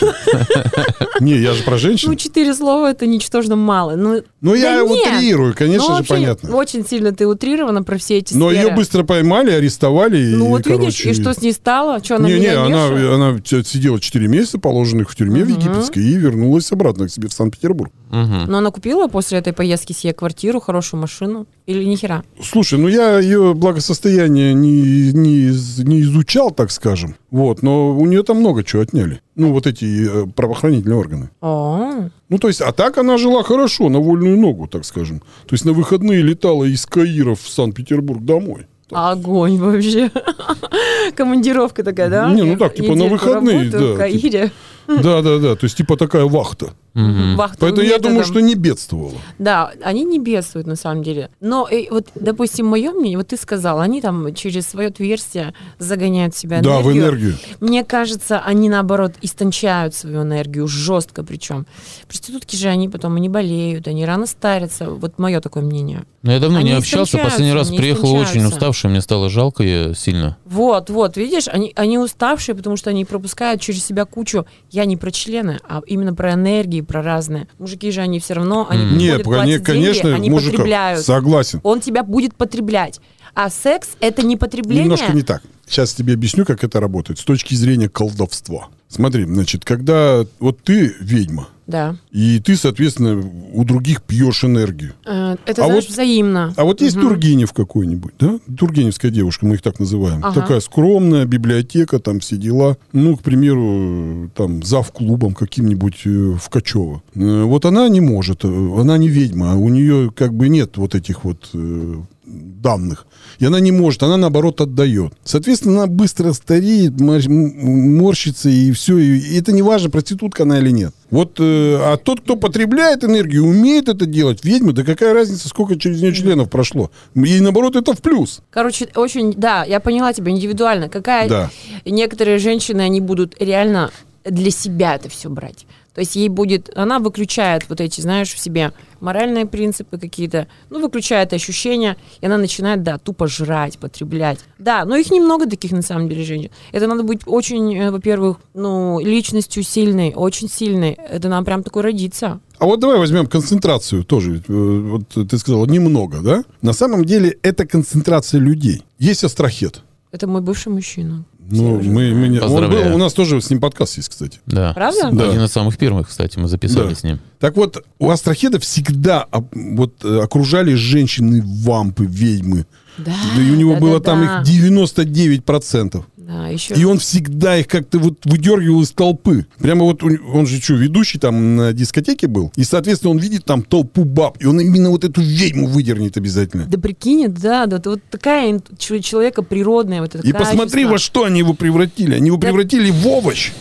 Speaker 3: Не, я же про
Speaker 4: Ну,
Speaker 3: женщин.
Speaker 4: четыре слова это ничтожно мало. Ну,
Speaker 3: Ну,
Speaker 4: да
Speaker 3: я
Speaker 4: нет.
Speaker 3: утрирую,
Speaker 4: Ну,
Speaker 3: конечно же,
Speaker 4: вообще,
Speaker 3: понятно.
Speaker 4: Очень сильно ты утрирована про все эти
Speaker 3: Но
Speaker 4: сферы.
Speaker 3: ее быстро поймали, арестовали.
Speaker 4: Ну
Speaker 3: и,
Speaker 4: вот видишь,
Speaker 3: короче,
Speaker 4: и что с ней стало? Что она
Speaker 3: Не, не, она,
Speaker 4: миллионерша?
Speaker 3: она т- сидела 4 месяца, положенных в тюрьме в
Speaker 4: Мгм.
Speaker 3: египетской, и вернулась обратно к себе в Санкт-Петербург.
Speaker 2: Мгм.
Speaker 4: Но она купила после этой поездки себе квартиру, хорошую машину? Или нихера?
Speaker 3: Слушай, ну я ее благосостояние не, не, из- не изучал, так скажем. Вот, но у нее там много чего отняли. Ну, вот эти э, правоохранительные органы.
Speaker 4: О,
Speaker 3: Ну, то есть, а так она жила хорошо, на вольную ногу, так скажем. То есть на выходные летала из Каира в Санкт-Петербург домой.
Speaker 4: А. огонь вообще. Командировка такая, да?
Speaker 3: Не, ну так, типа, на
Speaker 4: Недельку
Speaker 3: выходные,
Speaker 4: работаю в
Speaker 3: да,
Speaker 4: Каире.
Speaker 3: Да, да, да. То есть, типа такая вахта.
Speaker 4: Вахтовым
Speaker 3: Поэтому я думаю,
Speaker 4: методом.
Speaker 3: что не бедствовала.
Speaker 4: Да, они не бедствуют на самом деле. Но э, вот, допустим, мое мнение, вот ты сказал, они там через свое отверстие загоняют в себя
Speaker 3: Да, в энергию.
Speaker 4: Мне кажется, они наоборот истончают свою энергию жестко, причем проститутки же они потом они болеют, они рано старятся. Вот мое такое мнение.
Speaker 2: Но Ну, я давно не
Speaker 4: Они
Speaker 2: общался,
Speaker 4: истончаются,
Speaker 2: последний раз
Speaker 4: они
Speaker 2: приехал очень
Speaker 4: истончаются.
Speaker 2: уставший, мне стало жалко ее сильно.
Speaker 4: Вот, вот, видишь, они, они уставшие, потому что они пропускают через себя кучу. Я не про члены, а именно про энергии, про разные. Мужики же они все равно, они
Speaker 2: М.
Speaker 3: Нет,
Speaker 4: приходят, платят деньги,
Speaker 3: конечно,
Speaker 4: они
Speaker 3: мужика.
Speaker 4: потребляют.
Speaker 3: Согласен.
Speaker 4: Он тебя будет потреблять. А секс это не потребление.
Speaker 3: Немножко не так. Сейчас тебе объясню, как это работает с точки зрения колдовства. Смотри, значит, когда вот ты ведьма,
Speaker 4: Да.
Speaker 3: и ты, соответственно, у других пьешь энергию.
Speaker 4: Э, Это
Speaker 3: А
Speaker 4: знаешь,
Speaker 3: вот-
Speaker 4: взаимно.
Speaker 3: А вот есть
Speaker 4: Мгм.
Speaker 3: Тургенев какой-нибудь, да? Тургеневская девушка, мы их так называем.
Speaker 4: Ага.
Speaker 3: Такая скромная библиотека, там все дела. Ну, к примеру, э, там зав клубом каким-нибудь э, в Качево. Э, Вот она не может, э, она не ведьма, а у нее как бы нет вот этих вот э, данных. И она не может, она наоборот отдает. Соответственно, она быстро стареет, мор- м- морщится и все. И это не важно, проститутка она или нет. Вот, э, а тот, кто потребляет энергию, умеет это делать, ведьма, да какая разница, сколько через нее членов прошло. И наоборот, это в плюс.
Speaker 4: Короче, очень, да, я поняла тебя индивидуально. Какая
Speaker 3: Да.
Speaker 4: некоторые женщины, они будут реально для себя это все брать. То То есть ей будет, она выключает вот эти, знаешь, в себе моральные принципы какие-то, ну, выключает ощущения, и она начинает, да, тупо жрать, потреблять. Да, но их немного таких, на самом деле, женщин. Это надо быть очень, э, во-первых, ну, личностью сильной, очень сильной. Это нам прям такой родиться.
Speaker 3: А вот давай возьмем концентрацию тоже. Э, Вот ты сказал, немного, да? На самом деле это концентрация людей. Есть астрахет.
Speaker 4: Это мой бывший мужчина.
Speaker 3: Ну, мы, мы не- он
Speaker 2: Поздравляю.
Speaker 3: был, у нас тоже с ним подкаст есть, кстати.
Speaker 2: Да.
Speaker 4: Правда?
Speaker 3: Да.
Speaker 2: Один из самых первых, кстати, мы записали
Speaker 3: Да.
Speaker 2: с ним.
Speaker 3: Так вот, у астрахеда всегда а, вот э, окружали женщины, вампы, ведьмы.
Speaker 4: Да.
Speaker 3: Да и у него
Speaker 4: да,
Speaker 3: было
Speaker 4: да,
Speaker 3: там
Speaker 4: да.
Speaker 3: их 99%.
Speaker 4: Да, еще.
Speaker 3: И он всегда их как-то вот выдергивал из толпы. Прямо вот у- он же что, ведущий там на дискотеке был? И, соответственно, он видит там толпу баб. И он именно вот эту ведьму выдернет обязательно.
Speaker 4: Да прикинь, да, да, ты вот такая ин- чу- человека природная вот это
Speaker 3: И посмотри, во что они его превратили. Они его
Speaker 4: Да.
Speaker 3: превратили в овощ.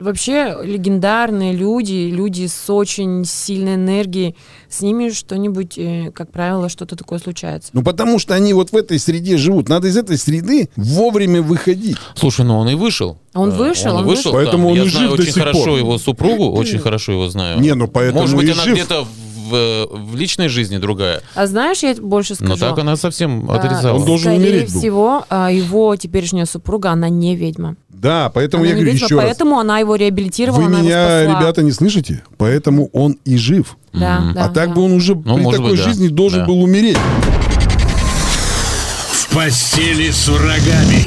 Speaker 4: Вообще легендарные люди, люди с очень сильной энергией, с ними что-нибудь, э, как правило, что-то такое случается.
Speaker 3: Ну, потому что они вот в этой среде живут. Надо из этой среды вовремя выходить.
Speaker 2: Слушай, ну он и вышел.
Speaker 4: Он
Speaker 2: Э,
Speaker 4: вышел,
Speaker 2: он
Speaker 4: он
Speaker 2: вышел.
Speaker 4: вышел.
Speaker 3: Поэтому
Speaker 2: там.
Speaker 3: он
Speaker 2: Я
Speaker 3: и
Speaker 2: знаю
Speaker 3: жив до
Speaker 2: очень
Speaker 3: сих
Speaker 2: хорошо
Speaker 3: пор.
Speaker 2: его супругу, очень хорошо его знаю.
Speaker 3: Не, ну поэтому
Speaker 2: Может быть,
Speaker 3: и
Speaker 2: она
Speaker 3: жив.
Speaker 2: где-то в, э, в личной жизни другая.
Speaker 4: А знаешь, я больше скажу.
Speaker 2: Но Ну так она совсем
Speaker 4: а,
Speaker 2: отрезала.
Speaker 3: Он должен
Speaker 4: скорее
Speaker 3: умереть был.
Speaker 4: всего, а, его теперешняя супруга, она не ведьма.
Speaker 3: Да, поэтому
Speaker 4: Она
Speaker 3: я
Speaker 4: не
Speaker 3: говорю
Speaker 4: ведьма,
Speaker 3: еще раз.
Speaker 4: поэтому она его реабилитировала,
Speaker 3: Вы
Speaker 4: она
Speaker 3: меня,
Speaker 4: его спасла.
Speaker 3: ребята, не слышите? Поэтому он и жив.
Speaker 4: Да, да,
Speaker 3: а так
Speaker 4: да. Ну,
Speaker 3: бы он уже при
Speaker 2: Ну, может
Speaker 3: такой
Speaker 2: быть, да.
Speaker 3: жизни должен
Speaker 2: Да.
Speaker 3: был умереть.
Speaker 1: В постели с врагами.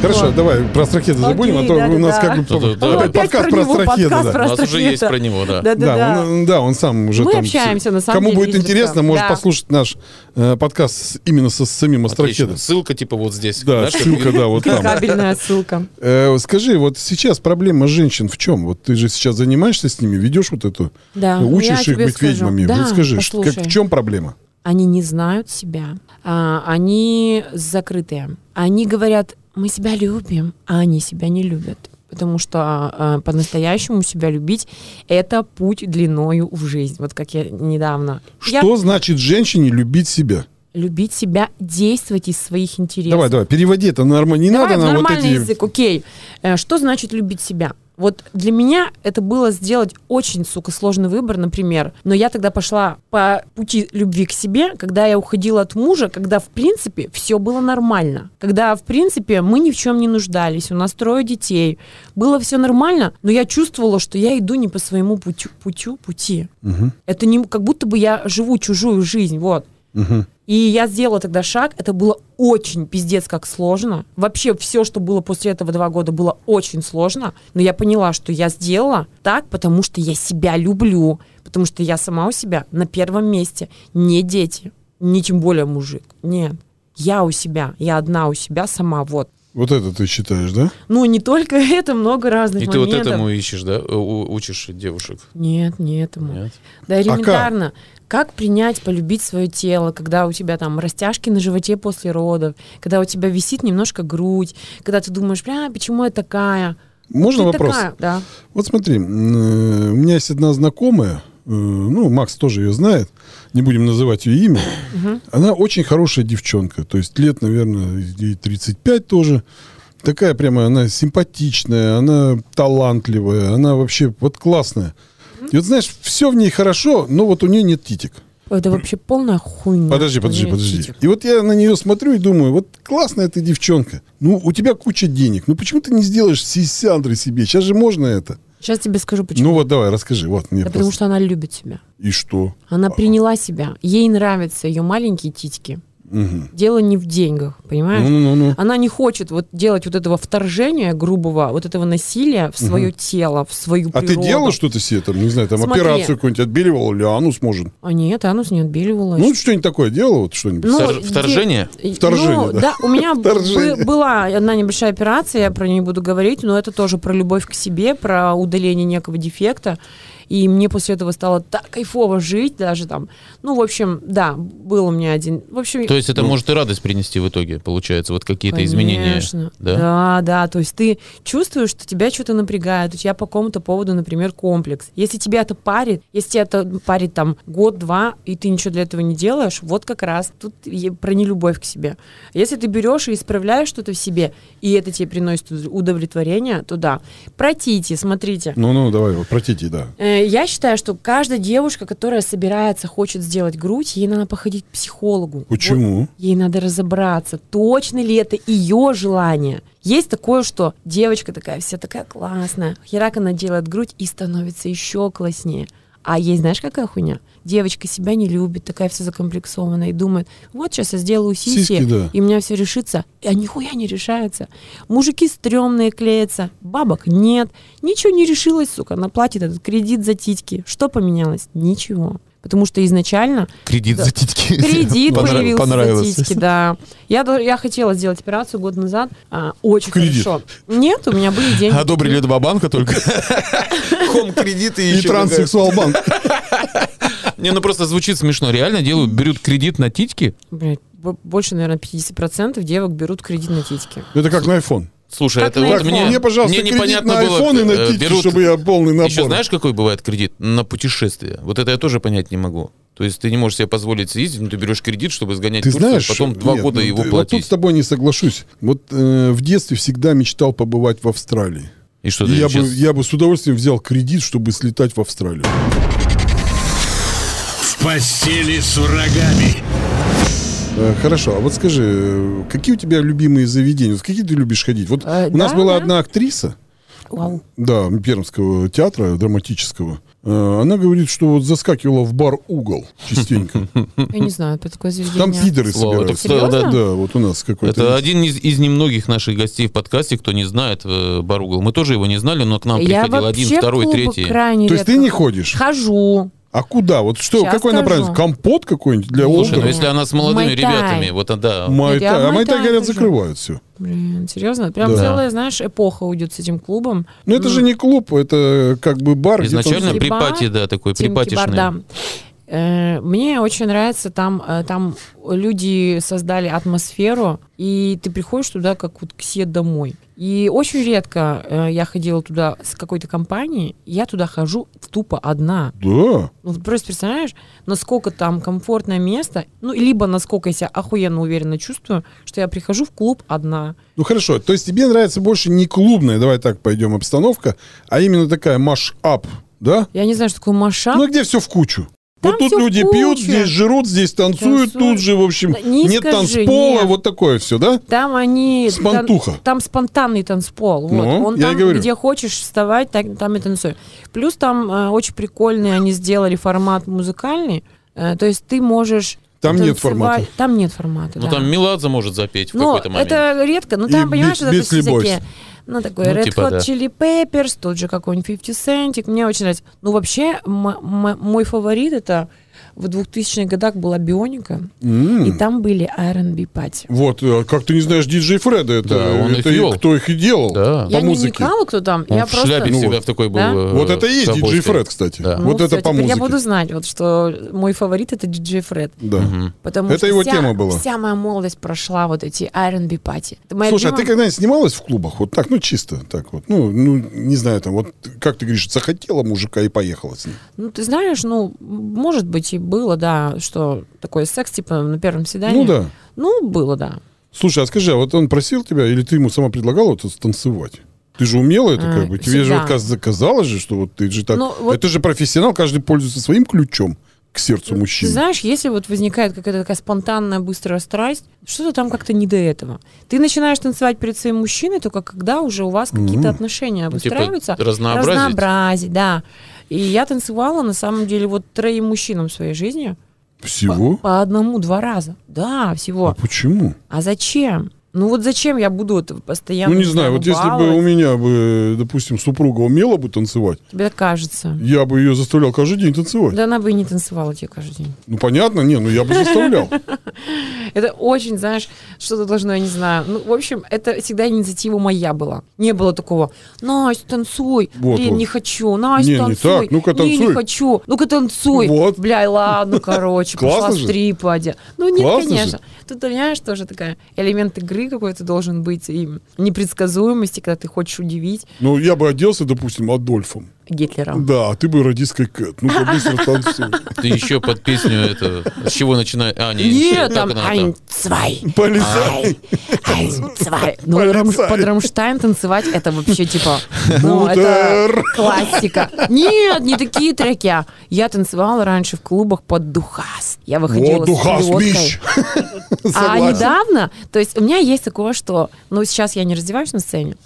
Speaker 3: Хорошо,
Speaker 4: Вот.
Speaker 3: давай про астрахеды
Speaker 4: Окей,
Speaker 3: забудем, а то
Speaker 4: да, да,
Speaker 3: у нас
Speaker 4: да.
Speaker 3: как бы
Speaker 2: Да,
Speaker 3: Ну,
Speaker 2: да,
Speaker 3: опять
Speaker 2: да.
Speaker 4: Опять
Speaker 3: подкаст
Speaker 4: про
Speaker 3: про
Speaker 4: него
Speaker 3: астрахеды.
Speaker 4: подкаст
Speaker 3: да.
Speaker 4: про
Speaker 2: У нас уже
Speaker 4: Астрофета.
Speaker 2: есть про него, да.
Speaker 4: Да-да-да.
Speaker 3: Да, ну, он, да, он сам уже
Speaker 4: Мы
Speaker 3: там
Speaker 4: общаемся,
Speaker 3: всё.
Speaker 4: на самом
Speaker 3: Кому
Speaker 4: деле,
Speaker 3: будет
Speaker 4: видите,
Speaker 3: интересно,
Speaker 4: как.
Speaker 3: может
Speaker 4: Да.
Speaker 3: послушать наш э, подкаст с- именно со, с самим
Speaker 2: Отлично.
Speaker 3: астрахедом.
Speaker 2: Ссылка типа вот здесь.
Speaker 3: Да,
Speaker 2: Знаешь, как
Speaker 3: ссылка, да, вот ну, там.
Speaker 4: Кабельная ссылка.
Speaker 3: Э, скажи, вот сейчас проблема женщин в чем? Вот ты же сейчас занимаешься с ними, ведешь вот эту,
Speaker 4: Да, я
Speaker 3: учишь их
Speaker 4: тебе
Speaker 3: быть
Speaker 4: скажу.
Speaker 3: ведьмами.
Speaker 4: Да,
Speaker 3: вот скажи, ш- как,
Speaker 4: послушай.
Speaker 3: в чем проблема?
Speaker 4: Они не знают себя. а, они закрытые. Они говорят, мы себя любим, а они себя не любят. Потому что а, по-настоящему себя любить – это путь длиною в жизнь. Вот как я недавно. Я-
Speaker 3: Что значит женщине любить себя?
Speaker 4: любить себя, действовать из своих интересов.
Speaker 3: Давай, давай, переводи это нормально. Не
Speaker 4: Давай
Speaker 3: надо
Speaker 4: в
Speaker 3: нам вот
Speaker 4: нормальный
Speaker 3: эти...
Speaker 4: язык, окей. Э, Что значит любить себя? Вот для меня это было сделать очень, сука, сложный выбор, например. Но я тогда пошла по пути любви к себе, когда я уходила от мужа, когда, в принципе, все было нормально. Когда, в принципе, мы ни в чем не нуждались, у нас трое детей. Было все нормально, но я чувствовала, что я иду не по своему путю, путю, пути.
Speaker 3: Мгм,
Speaker 4: Это не, как будто бы я живу чужую жизнь, вот.
Speaker 3: мгм.
Speaker 4: И я сделала тогда шаг, это было очень пиздец как сложно. Вообще все, что было после этого два года, было очень сложно. Но я поняла, что я сделала так, потому что я себя люблю. Потому что я сама у себя на первом месте. Не дети, не тем более мужик. Нет. Я у себя, я одна у себя сама, вот.
Speaker 3: Вот это ты считаешь, да?
Speaker 4: Ну, не только это, много разных
Speaker 2: И ты вот
Speaker 4: моментов.
Speaker 2: этому ищешь, да? э, у- Учишь девушек.
Speaker 4: Нет, не этому.
Speaker 2: Нет?
Speaker 4: Да
Speaker 3: А как?
Speaker 4: элементарно. как? принять, полюбить свое тело, когда у тебя там растяжки на животе после родов, когда у тебя висит немножко грудь, когда ты думаешь, бля, почему я такая?
Speaker 3: Можно
Speaker 4: Ну, Ты
Speaker 3: вопрос?
Speaker 4: такая, Да.
Speaker 3: Вот смотри, м, э, у меня есть одна знакомая, э, ну, Макс тоже ее знает, не будем называть ее имя. Она очень хорошая девчонка, то есть лет, наверное, ей 35 тоже. Такая прямо, она симпатичная, она талантливая, она вообще вот классная. И вот знаешь, все в ней хорошо, но вот у нее нет титик.
Speaker 4: Ой, Это вообще полная хуйня.
Speaker 3: Подожди, подожди,
Speaker 4: Блин,
Speaker 3: подожди.
Speaker 4: титик.
Speaker 3: И вот я на нее смотрю и думаю, вот классная ты девчонка. Ну, у тебя куча денег. Ну, почему ты не сделаешь сисяндры себе? Сейчас же можно это.
Speaker 4: Сейчас тебе скажу, почему.
Speaker 3: Ну вот давай, расскажи. Вот мне
Speaker 4: да потому
Speaker 3: просто-
Speaker 4: что А? она любит себя.
Speaker 3: И что?
Speaker 4: Она приняла себя. Ей нравятся ее маленькие титьки.
Speaker 3: Мгм.
Speaker 4: Дело не в деньгах, понимаешь?
Speaker 3: Ну-ну-ну.
Speaker 4: Она не хочет вот делать вот этого вторжения грубого, вот этого насилия в свое тело, в свою
Speaker 3: А ты
Speaker 4: природу.
Speaker 3: делала что-то себе там, не знаю, там
Speaker 4: Смотри.
Speaker 3: операцию какую-нибудь отбеливала или анус может?
Speaker 4: А нет, Анус не отбеливалась.
Speaker 3: Ну, что-нибудь такое делала, вот что-нибудь?
Speaker 4: Ну,
Speaker 2: Втор-
Speaker 4: де-
Speaker 2: Вторжение?
Speaker 3: Вторжение,
Speaker 4: ну,
Speaker 3: да.
Speaker 4: да. у меня б-
Speaker 3: Вторжение.
Speaker 4: бы- была одна небольшая операция, я про нее не буду говорить, но это тоже про любовь к себе, про удаление некого дефекта. И мне после этого стало так кайфово жить даже там. Ну, в общем, да, был у меня один... В общем,
Speaker 2: То есть
Speaker 3: Ну.
Speaker 2: это может и радость принести в итоге, получается, вот какие-то изменения.
Speaker 4: Конечно.
Speaker 2: Да?
Speaker 4: да, да. То есть ты чувствуешь, что тебя что-то напрягает, у тебя по какому-то поводу, например, комплекс. Если тебя это парит, если тебя это парит там год-два, и ты ничего для этого не делаешь, вот как раз тут и про нелюбовь к себе. Если ты берешь и исправляешь что-то в себе, и это тебе приносит удовлетворение, то да. Протите, смотрите.
Speaker 3: Ну-ну, Ну, давай, вот протите, да.
Speaker 4: Э, Я считаю, что каждая девушка, которая собирается, хочет сделать грудь, ей надо походить к психологу. Вот
Speaker 3: Почему?
Speaker 4: Ей надо разобраться, точно ли это ее желание. Есть такое, что девочка такая вся такая классная, херак она делает грудь и становится еще класснее. А есть, знаешь, какая хуйня? Девочка себя не любит, такая вся закомплексованная и думает, вот сейчас я сделаю сиси,
Speaker 3: Сиськи, да.
Speaker 4: и у меня все решится. А нихуя не решается. Мужики стрёмные клеятся, бабок нет. Ничего не решилось, сука. Она платит этот кредит за титьки. Что поменялось? Ничего. Потому что изначально
Speaker 2: Кредит
Speaker 4: Да.
Speaker 2: за титьки.
Speaker 4: Кредит
Speaker 2: Понрав-
Speaker 4: появился
Speaker 2: понравилось.
Speaker 4: за титьки, да. Я, дол- я хотела сделать операцию год назад. а, очень
Speaker 3: Кредит. А
Speaker 4: хорошо. Нет, у меня были деньги.
Speaker 2: Одобрили два банка только. Хом кредиты
Speaker 3: И транссексуалбанк.
Speaker 2: Не, ну просто звучит смешно. Реально делают, берут кредит на титьки.
Speaker 4: Блядь, бо- больше, наверное, 50% девок берут кредит на титьки.
Speaker 3: Это как на iPhone.
Speaker 2: Слушай,
Speaker 4: Как
Speaker 2: это
Speaker 4: на
Speaker 2: вот
Speaker 4: iPhone.
Speaker 2: мне,
Speaker 3: Мне, пожалуйста,
Speaker 2: мне
Speaker 3: кредит
Speaker 2: непонятно
Speaker 3: на
Speaker 2: было.
Speaker 3: iPhone и на
Speaker 2: Э,
Speaker 3: титьки,
Speaker 2: берут-
Speaker 3: чтобы я полный
Speaker 2: Еще
Speaker 3: набор.
Speaker 2: знаешь, какой бывает кредит? На путешествие. Вот это я тоже понять не могу. То есть ты не можешь себе позволить съездить, но ты берешь кредит, чтобы сгонять
Speaker 3: Ты
Speaker 2: Турцию,
Speaker 3: знаешь,
Speaker 2: потом два
Speaker 3: нет,
Speaker 2: года
Speaker 3: ну,
Speaker 2: его
Speaker 3: ты- Вот тут
Speaker 2: платить.
Speaker 3: с тобой не соглашусь. Вот э, в детстве всегда мечтал побывать в Австралии.
Speaker 2: И что
Speaker 3: И
Speaker 2: ты
Speaker 3: я,
Speaker 2: сейчас-
Speaker 3: бы, я бы с удовольствием взял кредит, чтобы слетать в Австралию.
Speaker 1: В постели с врагами.
Speaker 3: Э, Хорошо, а вот скажи, э, какие у тебя любимые заведения? Вот в какие ты любишь ходить? Вот
Speaker 4: Э,
Speaker 3: у нас
Speaker 4: да,
Speaker 3: была
Speaker 4: да.
Speaker 3: одна актриса,
Speaker 4: Вау.
Speaker 3: да, Пермского театра драматического. Э, Она говорит, что вот заскакивала в бар «Угол» частенько.
Speaker 4: Я не знаю, это такое заведение.
Speaker 3: Там пидоры
Speaker 2: Слово. Это,
Speaker 3: собираются.
Speaker 2: кстати, вот
Speaker 4: Серьезно?
Speaker 2: это-
Speaker 3: Да, вот у нас какой-то...
Speaker 2: это один из, из немногих наших гостей в подкасте, кто не знает э, Баругал. Мы тоже его не знали, но к нам
Speaker 4: Я
Speaker 2: приходил один,
Speaker 4: вообще в
Speaker 2: второй,
Speaker 4: клубы
Speaker 2: третий.
Speaker 4: крайне
Speaker 3: То есть ты
Speaker 4: редко
Speaker 3: не ходишь?
Speaker 4: Хожу.
Speaker 3: А куда? Вот что,
Speaker 4: Щас
Speaker 3: какой
Speaker 4: скажу.
Speaker 3: направленность? Компот какой-нибудь для
Speaker 2: Слушай, ну
Speaker 3: Олдера?
Speaker 2: если она с молодыми
Speaker 4: Майтай.
Speaker 2: ребятами, вот тогда...
Speaker 3: Майтай.
Speaker 4: я в
Speaker 3: А Майтай,
Speaker 4: Майтай
Speaker 3: говорят,
Speaker 4: хожу.
Speaker 3: закрывают все.
Speaker 4: Блин, серьезно? Прям
Speaker 3: Да.
Speaker 4: целая, знаешь, эпоха уйдет с этим клубом.
Speaker 3: Но Ну, это же не клуб, это как бы бар. где там
Speaker 2: Изначально
Speaker 4: Тимки
Speaker 2: при
Speaker 4: бар,
Speaker 2: пати, да, такой
Speaker 4: Тимки
Speaker 2: припатишный.
Speaker 4: Барда. Э, Мне очень нравится, там, э, там люди создали атмосферу, и ты приходишь туда как вот к себе домой. И очень редко э, я ходила туда с какой-то компанией, я туда хожу тупо одна.
Speaker 3: Да.
Speaker 4: Ну, вот просто представляешь, насколько там комфортное место, ну, либо насколько я себя охуенно уверенно чувствую, что я прихожу в клуб одна.
Speaker 3: Ну хорошо, то есть тебе нравится больше не клубная, давай так пойдем, обстановка, а именно такая маш-ап, да?
Speaker 4: Я не знаю, что такое маша.
Speaker 3: Ну где все в кучу?
Speaker 4: Там
Speaker 3: вот тут
Speaker 4: всё в
Speaker 3: люди пьют,
Speaker 4: кучу.
Speaker 3: здесь жрут, здесь танцуют,
Speaker 4: Танцуют.
Speaker 3: тут же, в общем,
Speaker 4: Да не
Speaker 3: нет
Speaker 4: скажи,
Speaker 3: танцпола,
Speaker 4: нет.
Speaker 3: вот такое все, да?
Speaker 4: Там они...
Speaker 3: Спонтуха.
Speaker 4: Там, там спонтанный танцпол. Вот.
Speaker 3: Ну,
Speaker 4: Он
Speaker 3: я и
Speaker 4: там,
Speaker 3: говорю.
Speaker 4: где хочешь вставать, так- там и танцуй. Плюс там э, очень прикольный они сделали формат музыкальный. Э, то есть ты можешь...
Speaker 3: Там нет
Speaker 4: танцевать-
Speaker 3: формата.
Speaker 4: Там нет формата,
Speaker 2: Ну
Speaker 4: да.
Speaker 2: там Меладзе может запеть в
Speaker 4: Ну,
Speaker 2: какой-то момент.
Speaker 4: это редко. Ну,
Speaker 3: И
Speaker 4: там, понимаешь,
Speaker 3: Beat-
Speaker 4: вот это
Speaker 3: Beastie
Speaker 4: все
Speaker 3: Boys.
Speaker 4: всякие... Ну, такой
Speaker 2: Ну,
Speaker 4: Red
Speaker 2: типа,
Speaker 4: Hot
Speaker 2: да.
Speaker 4: Chili Peppers, тот же какой-нибудь 50 Centик. Мне очень нравится. Ну, вообще, м- м- мой фаворит это в 2000-х годах была Бионика,
Speaker 3: М.
Speaker 4: и там были R&B пати.
Speaker 3: Вот, э, как ты не знаешь диджей Фреда, это,
Speaker 2: Да, он их
Speaker 3: это и-
Speaker 2: вёл.
Speaker 3: кто их и делал
Speaker 2: Да.
Speaker 3: А, по
Speaker 4: Я не
Speaker 3: музыке.
Speaker 4: вникала, кто там.
Speaker 2: Он
Speaker 4: я
Speaker 2: в
Speaker 4: просто...
Speaker 2: шляпе
Speaker 3: Ну
Speaker 2: всегда
Speaker 3: вот.
Speaker 2: в такой был.
Speaker 4: Да?
Speaker 2: э,
Speaker 3: Вот это и есть диджей
Speaker 2: ковбойской.
Speaker 3: Фред, кстати.
Speaker 2: Да.
Speaker 3: Вот
Speaker 4: Ну,
Speaker 3: это
Speaker 4: всё,
Speaker 3: по
Speaker 4: теперь
Speaker 3: музыке.
Speaker 4: я буду знать, вот, что мой фаворит это диджей Фред.
Speaker 3: Да.
Speaker 4: Потому
Speaker 3: Это
Speaker 4: что
Speaker 3: его
Speaker 4: вся-
Speaker 3: тема была.
Speaker 4: Вся моя молодость прошла вот эти R&B пати. Это моя
Speaker 3: Слушай, а
Speaker 4: любимая-
Speaker 3: ты когда-нибудь снималась в клубах? Вот так, ну чисто, так вот. Ну, ну, не знаю, там, вот как ты говоришь, захотела мужика и поехала с ним.
Speaker 4: Ну, ты знаешь, ну, может быть, и было, да, что такой секс, типа, на первом свидании.
Speaker 3: Ну да.
Speaker 4: Ну, было, да.
Speaker 3: Слушай, а скажи, а вот он просил тебя, или ты ему сама предлагала вот танцевать? Ты же умела это,
Speaker 4: А,
Speaker 3: как бы. Тебе же
Speaker 4: всегда.
Speaker 3: вот каз- казалось же, что вот ты же так.
Speaker 4: Ну, вот-
Speaker 3: Это же профессионал, каждый пользуется своим ключом к сердцу
Speaker 4: Ты
Speaker 3: мужчины.
Speaker 4: знаешь, если вот возникает какая-то такая спонтанная, быстрая страсть, что-то там как-то не до этого. Ты начинаешь танцевать перед своим мужчиной только когда уже у вас какие-то отношения
Speaker 2: Ну, типа,
Speaker 4: обустраиваются.
Speaker 2: разнообразить.
Speaker 4: Разнообразить, да. И я танцевала, на самом деле, вот троим мужчинам в своей жизни.
Speaker 3: Всего?
Speaker 4: По одному-два раза. Да,
Speaker 3: А
Speaker 4: всего.
Speaker 3: почему?
Speaker 4: А зачем? Ну вот зачем я буду вот постоянно...
Speaker 3: ну, не знаю,
Speaker 4: прямо
Speaker 3: вот если бы
Speaker 4: баловать?
Speaker 3: у меня бы, допустим, супруга умела бы танцевать,
Speaker 4: Тебе так кажется.
Speaker 3: я бы ее заставлял каждый день танцевать.
Speaker 4: Да она бы и не танцевала тебе каждый день.
Speaker 3: Ну, понятно, не, ну я бы заставлял.
Speaker 4: Это очень, знаешь, что-то должно, я не знаю. Ну, в общем, это всегда инициатива моя была. Не было такого, Настя, танцуй.
Speaker 3: Вот,
Speaker 4: Блин,
Speaker 3: вот.
Speaker 4: не хочу. Настя,
Speaker 3: Не, не
Speaker 4: танцуй.
Speaker 3: так. Ну-ка,
Speaker 4: Не,
Speaker 3: танцуй.
Speaker 4: не хочу. Ну-ка, танцуй.
Speaker 3: Вот.
Speaker 4: Бля, ладно, короче, пошла
Speaker 3: Классно же.
Speaker 4: стрип одя. Ну, нет,
Speaker 3: Классно
Speaker 4: конечно. Тут, понимаешь, тоже такая элемент игры какой-то должен быть. И непредсказуемости, когда ты хочешь удивить
Speaker 3: Ну, я бы оделся, допустим, Адольфом.
Speaker 4: Гитлера.
Speaker 3: Да, а ты бы радисткой Кэт. Ну-ка, быстро танцуй.
Speaker 2: Ты еще под песню это... С чего начинает? А, не,
Speaker 4: Нет,
Speaker 2: как
Speaker 4: там,
Speaker 2: она
Speaker 4: ein, zwei,
Speaker 3: Полезай.
Speaker 4: ein, zwei. Ну,
Speaker 3: Полицай.
Speaker 4: Рамш- под Рамштайн танцевать это вообще типа, ну, это
Speaker 3: Мутер.
Speaker 4: классика. Нет, не такие треки. а. Я танцевала раньше в клубах под Духас. Я выходила
Speaker 3: Вот
Speaker 4: с
Speaker 3: духас,
Speaker 4: плеткой.
Speaker 3: бич.
Speaker 4: А
Speaker 3: Согласен.
Speaker 4: недавно, то есть у меня есть такое, что, ну, сейчас я не раздеваюсь на сцене,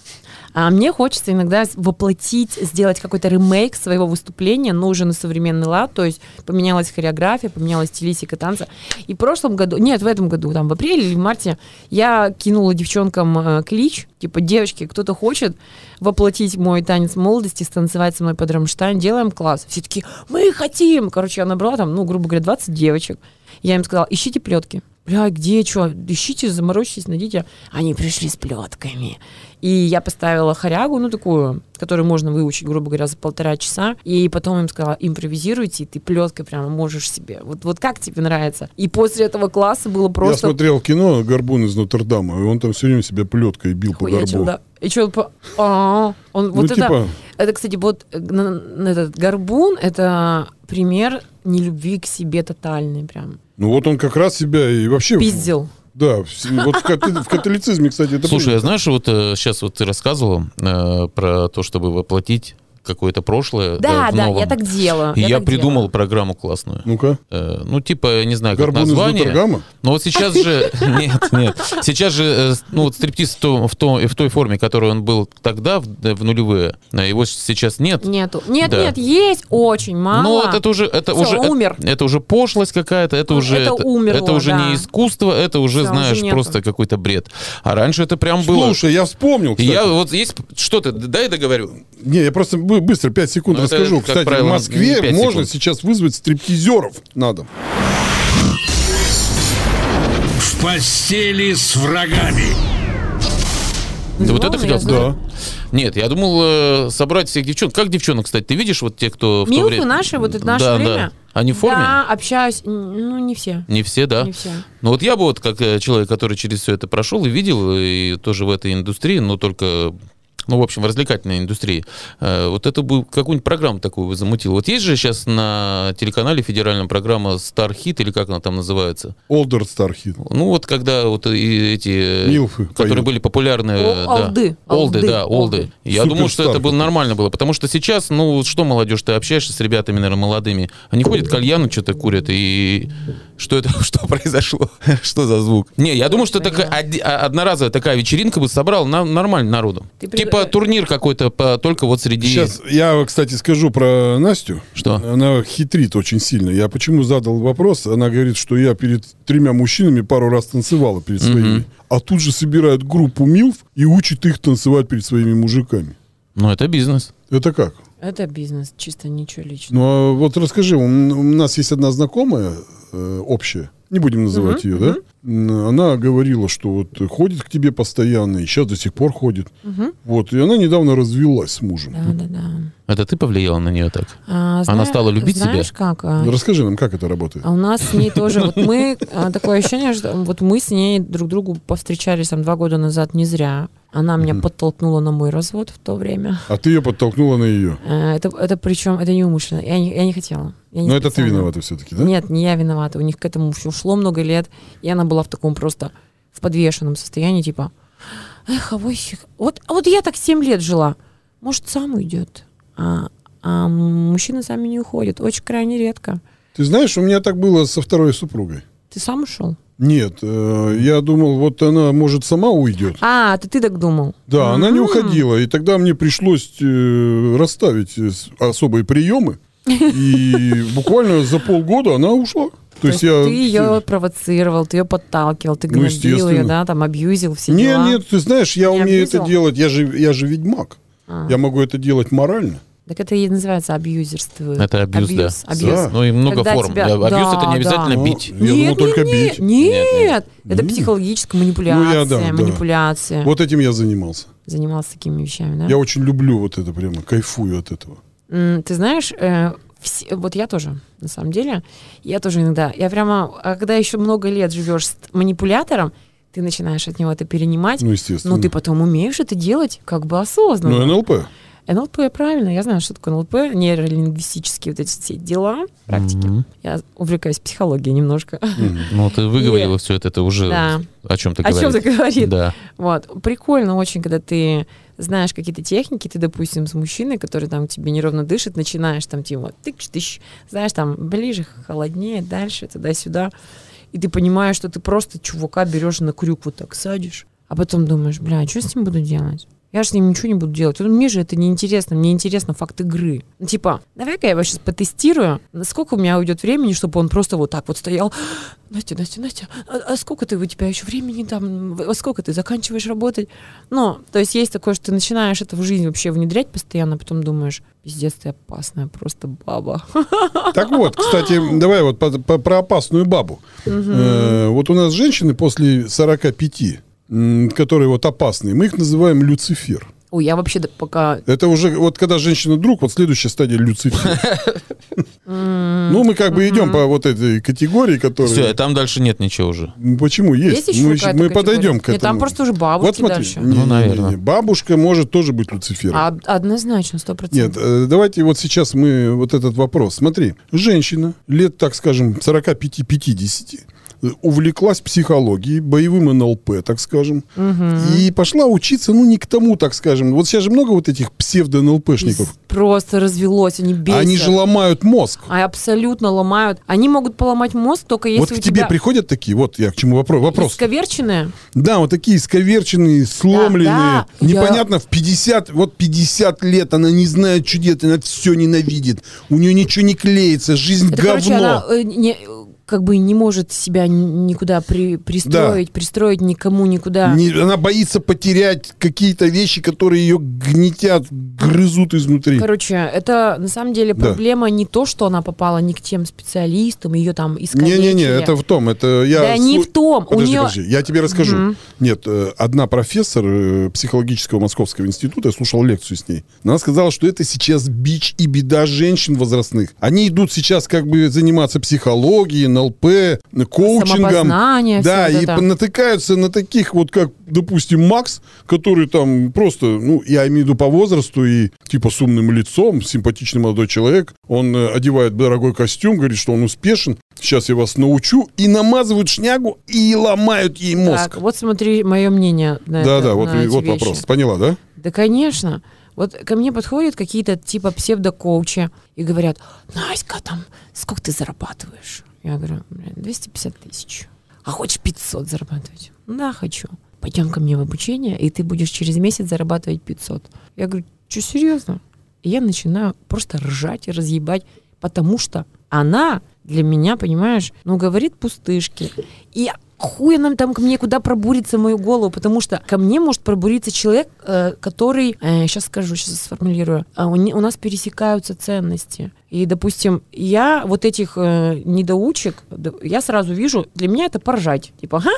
Speaker 4: а мне хочется иногда с- воплотить, сделать какой-то ремейк своего выступления, но уже на современный лад, то есть поменялась хореография, поменялась стилистика танца. И в прошлом году, нет, в этом году, там, в апреле или в марте, я кинула девчонкам э, клич, типа, девочки, кто-то хочет воплотить мой танец молодости, станцевать со мной под Рамштайн, делаем класс. Все такие, мы хотим! Короче, я набрала там, ну, грубо говоря, 20 девочек. Я им сказала, ищите плетки. Бля, где что? Ищите, заморочитесь, найдите. Они пришли с плетками. И я поставила хорягу, ну такую, которую можно выучить, грубо говоря, за полтора часа. И потом им сказала, импровизируйте, и ты плеткой прямо можешь себе. Вот, вот как тебе нравится? И после этого класса было
Speaker 3: Я
Speaker 4: просто...
Speaker 3: смотрел кино «Горбун из Нотр-Дама», и он там все время себя плеткой бил по горбу.
Speaker 4: хуячил, да. И что, по... а, он
Speaker 3: Ну,
Speaker 4: вот это...
Speaker 3: типа,
Speaker 4: Это, кстати, вот э, на- на этот горбун, это пример нелюбви к себе тотальной прям.
Speaker 3: ну вот он как раз себя и вообще...
Speaker 4: Пиздил.
Speaker 3: Да, в- вот в кат- в католицизме, кстати, это...
Speaker 2: Слушай, а
Speaker 3: принято.
Speaker 2: знаешь, вот сейчас вот ты рассказывал э, про то, чтобы воплотить какое-то прошлое. э,
Speaker 4: Да,
Speaker 2: в
Speaker 4: да,
Speaker 2: новом.
Speaker 4: я так делаю.
Speaker 2: И я,
Speaker 4: так
Speaker 2: придумал
Speaker 4: делаю.
Speaker 2: программу классную.
Speaker 3: Ну-ка.
Speaker 2: Э, ну, типа, я не знаю, как
Speaker 3: «Горбун из
Speaker 2: название.
Speaker 3: Нотр-Дама»?
Speaker 2: Но вот сейчас же... Нет, нет. Сейчас же, э, с- ну, вот стриптиз в том- в том- в той форме, которой он был тогда, в в нулевые, э, его с- сейчас нет.
Speaker 4: Нету. Нет,
Speaker 2: Да.
Speaker 4: нет, есть очень мало.
Speaker 2: Ну, вот это уже, это
Speaker 4: А. Всё,
Speaker 2: уже, э,
Speaker 4: умер.
Speaker 2: Это, уже пошлость какая-то, это
Speaker 4: Ну,
Speaker 2: уже,
Speaker 4: это умерло,
Speaker 2: это уже
Speaker 4: да.
Speaker 2: не искусство, это уже,
Speaker 4: Всё, уже
Speaker 2: знаешь,
Speaker 4: нету.
Speaker 2: просто какой-то бред. А раньше это прям было.
Speaker 3: Слушай, я вспомнил,
Speaker 2: И
Speaker 3: кстати.
Speaker 2: я вот есть что ты, дай я договорю.
Speaker 3: Не, я просто бы- быстро 5 секунд
Speaker 2: Ну, это,
Speaker 3: расскажу.
Speaker 2: как
Speaker 3: Кстати,
Speaker 2: правило,
Speaker 3: в
Speaker 2: не
Speaker 3: Москве
Speaker 2: пять
Speaker 3: можно
Speaker 2: секунд.
Speaker 3: сейчас вызвать стриптизеров на дом.
Speaker 1: В постели с врагами.
Speaker 2: Ты вот
Speaker 4: Ну,
Speaker 2: это
Speaker 4: я
Speaker 2: хотел
Speaker 4: знаю.
Speaker 2: сказать? Нет, я думал э, собрать всех девчонок. Как девчонок, кстати, ты видишь вот те, кто в то
Speaker 4: Милфы
Speaker 2: время?
Speaker 4: наши, вот это наше
Speaker 2: да,
Speaker 4: время.
Speaker 2: Да. Они в форме?
Speaker 4: Да, общаюсь. Н- Ну, не все.
Speaker 2: Не все, да?
Speaker 4: Не все.
Speaker 2: Ну вот я бы вот как э, человек, который через все это прошел и видел, э, и тоже в этой индустрии, но только, ну в общем, в развлекательной индустрии, э, вот это бы какую-нибудь программу такую бы замутил. Вот есть же сейчас на телеканале федеральная программа Star Hit, или как она там называется?
Speaker 3: Олдер Стархит.
Speaker 2: Ну вот когда вот и эти... э,
Speaker 3: Милфы
Speaker 2: Которые
Speaker 3: поют.
Speaker 2: были популярны... э, да.
Speaker 4: О, олды.
Speaker 2: Олды,
Speaker 4: Олды,
Speaker 2: да,
Speaker 4: олды.
Speaker 2: олды. Я думал, что это было
Speaker 3: Суперстарки.
Speaker 2: нормально было, потому что сейчас, ну вот что молодежь, ты общаешься с ребятами, наверное, молодыми, они ходят кальяны, что-то курят, и что это, что произошло, что за звук? Не, я думаю, что такая оди- а- одноразовая такая вечеринка бы собрала на- нормально народу.
Speaker 4: Ты при-
Speaker 2: Типа турнир какой-то, по- только вот среди...
Speaker 3: Сейчас я, кстати, скажу про Настю.
Speaker 2: Что?
Speaker 3: Она хитрит очень сильно. Я почему задал вопрос? Она говорит, что я перед тремя мужчинами пару раз танцевала перед своими. А тут же собирают группу Милф и учат их танцевать перед своими мужиками.
Speaker 2: Ну это бизнес.
Speaker 3: Это как?
Speaker 4: Это бизнес, чисто ничего
Speaker 3: Ну,
Speaker 4: личного.
Speaker 3: а вот расскажи, у м- у нас есть одна знакомая э, общая, не будем называть ее, да? М, Она говорила, что вот ходит к тебе постоянно, и сейчас до сих пор ходит. Вот, и она недавно развелась с мужем.
Speaker 4: Да, да, да.
Speaker 2: Это ты повлиял на нее так?
Speaker 4: А,
Speaker 2: Она стала любить тебя? Ну,
Speaker 4: знаешь как? а,
Speaker 3: Расскажи нам, как это работает.
Speaker 4: А у нас с ней тоже, вот мы, а, такое ощущение, что вот мы с ней друг другу повстречались там два года назад не зря. Она меня подтолкнула на мой развод в то время.
Speaker 3: А ты ее подтолкнула на ее.
Speaker 4: Э, Это, это причем, это неумышленно. Я не, я не хотела. Я не
Speaker 3: Но Ну, это ты
Speaker 4: специально.
Speaker 3: виновата все-таки, да?
Speaker 4: Нет, не я виновата. У них к этому всё ушло много лет, и она была в таком просто в подвешенном состоянии, типа, эх, авось, вот, а вот я так 7 лет жила. Может, сам уйдет. А, а мужчины сами не уходят. Очень крайне редко.
Speaker 3: Ты знаешь, у меня так было со второй супругой.
Speaker 4: Ты сам ушел?
Speaker 3: Нет, э, я думал, вот она, может, сама уйдет.
Speaker 4: А, это ты так думал.
Speaker 3: Да, она не
Speaker 4: М.
Speaker 3: уходила, и тогда мне пришлось э, расставить э, с- особые приемы. И буквально за полгода она ушла. То, есть, я...
Speaker 4: ты ее провоцировал, ты ее подталкивал, ты
Speaker 3: Ну,
Speaker 4: гнобил ее,
Speaker 3: естественно.
Speaker 4: да, там, абьюзил все
Speaker 3: Не,
Speaker 4: дела.
Speaker 3: нет, ты знаешь, я
Speaker 4: Не
Speaker 3: умею
Speaker 4: обидел?
Speaker 3: это делать, я же, я же ведьмак.
Speaker 4: А.
Speaker 3: Я могу это делать морально.
Speaker 4: Так это и называется абьюзерство.
Speaker 2: Это абьюз, да.
Speaker 4: Абьюз.
Speaker 3: Да.
Speaker 2: Ну и много
Speaker 4: Когда
Speaker 2: форм.
Speaker 4: тебя-
Speaker 2: Для- Абьюз
Speaker 4: Да,
Speaker 2: это не
Speaker 4: да.
Speaker 2: обязательно
Speaker 3: Ну,
Speaker 2: бить.
Speaker 3: Я думал, только бить.
Speaker 4: Нет, нет,
Speaker 2: Нет,
Speaker 4: это психологическая манипуляция,
Speaker 3: Ну, я да, да.
Speaker 4: манипуляция.
Speaker 3: Вот этим я занимался.
Speaker 4: Занимался такими вещами, да?
Speaker 3: Я очень люблю вот это прямо, кайфую от этого.
Speaker 4: М, Ты знаешь, э, все- вот я тоже, на самом деле, я тоже иногда, я прямо, а когда еще много лет живешь с манипулятором, ты начинаешь от него это перенимать,
Speaker 3: Ну, естественно.
Speaker 4: но ты потом умеешь это делать как бы
Speaker 3: Ну,
Speaker 4: осознанно.
Speaker 3: НЛП.
Speaker 4: НЛП, правильно, я знаю, что такое НЛП, нейролингвистические вот эти все дела, практики.
Speaker 2: Мгм.
Speaker 4: Я увлекаюсь психологией немножко.
Speaker 2: Ну, ты выговорила все это, это уже
Speaker 4: Да.
Speaker 2: о чем ты
Speaker 4: О чем ты
Speaker 2: говоришь.
Speaker 4: говорит?
Speaker 2: Да.
Speaker 4: Вот. Прикольно очень, когда ты знаешь какие-то техники, ты, допустим, с мужчиной, который там тебе неровно дышит, начинаешь там типа тыч-тыч, знаешь, там ближе, холоднее, дальше, туда-сюда. И ты понимаешь, что ты просто чувака берешь на крюк вот так садишь, а потом думаешь, бля, что я с ним буду делать? Я же с ним ничего не буду делать. Мне же это неинтересно. Мне интересно факт игры. Ну, Типа, давай-ка я его сейчас потестирую. Сколько у меня уйдет времени, чтобы он просто вот так вот стоял. Настя, Настя, Настя, а, а сколько ты у тебя еще времени там? Во сколько ты заканчиваешь работать? Ну, то есть есть такое, что ты начинаешь это в жизнь вообще внедрять постоянно, а потом думаешь, пиздец, ты опасная просто баба.
Speaker 3: Так вот, кстати, давай вот по- по- про опасную бабу. Э, Вот у нас женщины после 45, м, которые вот опасные, мы их называем Люцифер.
Speaker 4: Ой, я вообще да пока...
Speaker 3: Это уже, вот когда женщина друг, вот следующая стадия Люцифер. Ну, мы как бы идем по вот этой категории,
Speaker 2: Все,
Speaker 3: которая...
Speaker 2: там дальше нет ничего уже.
Speaker 3: Ну, Почему? Есть.
Speaker 4: Есть еще
Speaker 3: мы
Speaker 4: какая-то
Speaker 3: мы
Speaker 4: категория?
Speaker 3: подойдем к этому.
Speaker 4: Нет, там просто уже бабушки
Speaker 3: Вот смотри.
Speaker 4: дальше.
Speaker 3: не- не- не- не.
Speaker 2: наверное.
Speaker 3: Бабушка может тоже быть Люцифером.
Speaker 4: А, однозначно, сто
Speaker 3: Нет,
Speaker 4: процентов.
Speaker 3: э, давайте вот сейчас мы вот этот вопрос. Смотри, женщина лет, так скажем, 45-50 э, увлеклась психологией, боевым НЛП, так скажем, и пошла учиться, ну, не к тому, так скажем. Вот сейчас же много вот этих псевдо-НЛПшников.
Speaker 4: Просто развелось, они бесят.
Speaker 3: Они же ломают мозг.
Speaker 4: А абсолютно ломают. Они могут поломать мозг только если
Speaker 3: вот
Speaker 4: у
Speaker 3: к тебе
Speaker 4: тебя
Speaker 3: приходят такие, вот я к чему вопрос. вопрос.
Speaker 4: исковерченные.
Speaker 3: Да, вот такие исковерченные, сломленные,
Speaker 4: Да, да.
Speaker 3: непонятно, в 50, вот 50 лет она не знает, что делать, она все ненавидит, у нее ничего не клеится, жизнь
Speaker 4: Это,
Speaker 3: говно.
Speaker 4: короче, она э, не, э, как бы не может себя н- никуда при- пристроить, пристроить никому никуда.
Speaker 3: Не- она боится потерять какие-то вещи, которые ее гнетят, грызут изнутри.
Speaker 4: Короче, это на самом деле
Speaker 3: Да.
Speaker 4: проблема не то, что она попала не к тем специалистам, ее там искали.
Speaker 3: Не-не-не, это в том, это я...
Speaker 4: Да не
Speaker 3: слу-
Speaker 4: в том, у
Speaker 3: Подожди,
Speaker 4: нее-
Speaker 3: подожди, я тебе расскажу.
Speaker 4: Мгм.
Speaker 3: Нет, э, одна профессор э, психологического московского института, я слушал лекцию с ней, она сказала, что это сейчас бич и беда женщин возрастных. Они идут сейчас как бы заниматься психологией, НЛП, коучингом.
Speaker 4: Самопознание,
Speaker 3: Да,
Speaker 4: всё вот
Speaker 3: и
Speaker 4: это.
Speaker 3: п- натыкаются на таких вот, как, допустим, Макс, который там просто, ну, я имею в виду по возрасту и типа с умным лицом, симпатичный молодой человек. Он э, одевает дорогой костюм, говорит, что он успешен. Сейчас я вас научу. И намазывают шнягу и ломают ей мозг.
Speaker 4: Так, вот смотри, мое мнение на
Speaker 3: да,
Speaker 4: это-
Speaker 3: да, вот,
Speaker 4: на
Speaker 3: и-
Speaker 4: эти
Speaker 3: вот
Speaker 4: вещи.
Speaker 3: вопрос. Поняла, да?
Speaker 4: Да, конечно. Вот ко мне подходят какие-то типа псевдокоучи и говорят, Наська, там, сколько ты зарабатываешь? Я говорю, «Блин, 250 тысяч. А хочешь 500 зарабатывать? Да, хочу. Пойдем ко мне в обучение, и ты будешь через месяц зарабатывать 500. Я говорю, что, серьезно? И я начинаю просто ржать и разъебать, потому что она для меня, понимаешь, ну, говорит пустышки. И хуя нам там ко мне куда пробурится мою голову, потому что ко мне может пробуриться человек, э, который, сейчас скажу, сейчас сформулирую, А у, не- у нас пересекаются ценности. И, допустим, я вот этих э, недоучек, да, я сразу вижу, для меня это поржать. Типа, ха,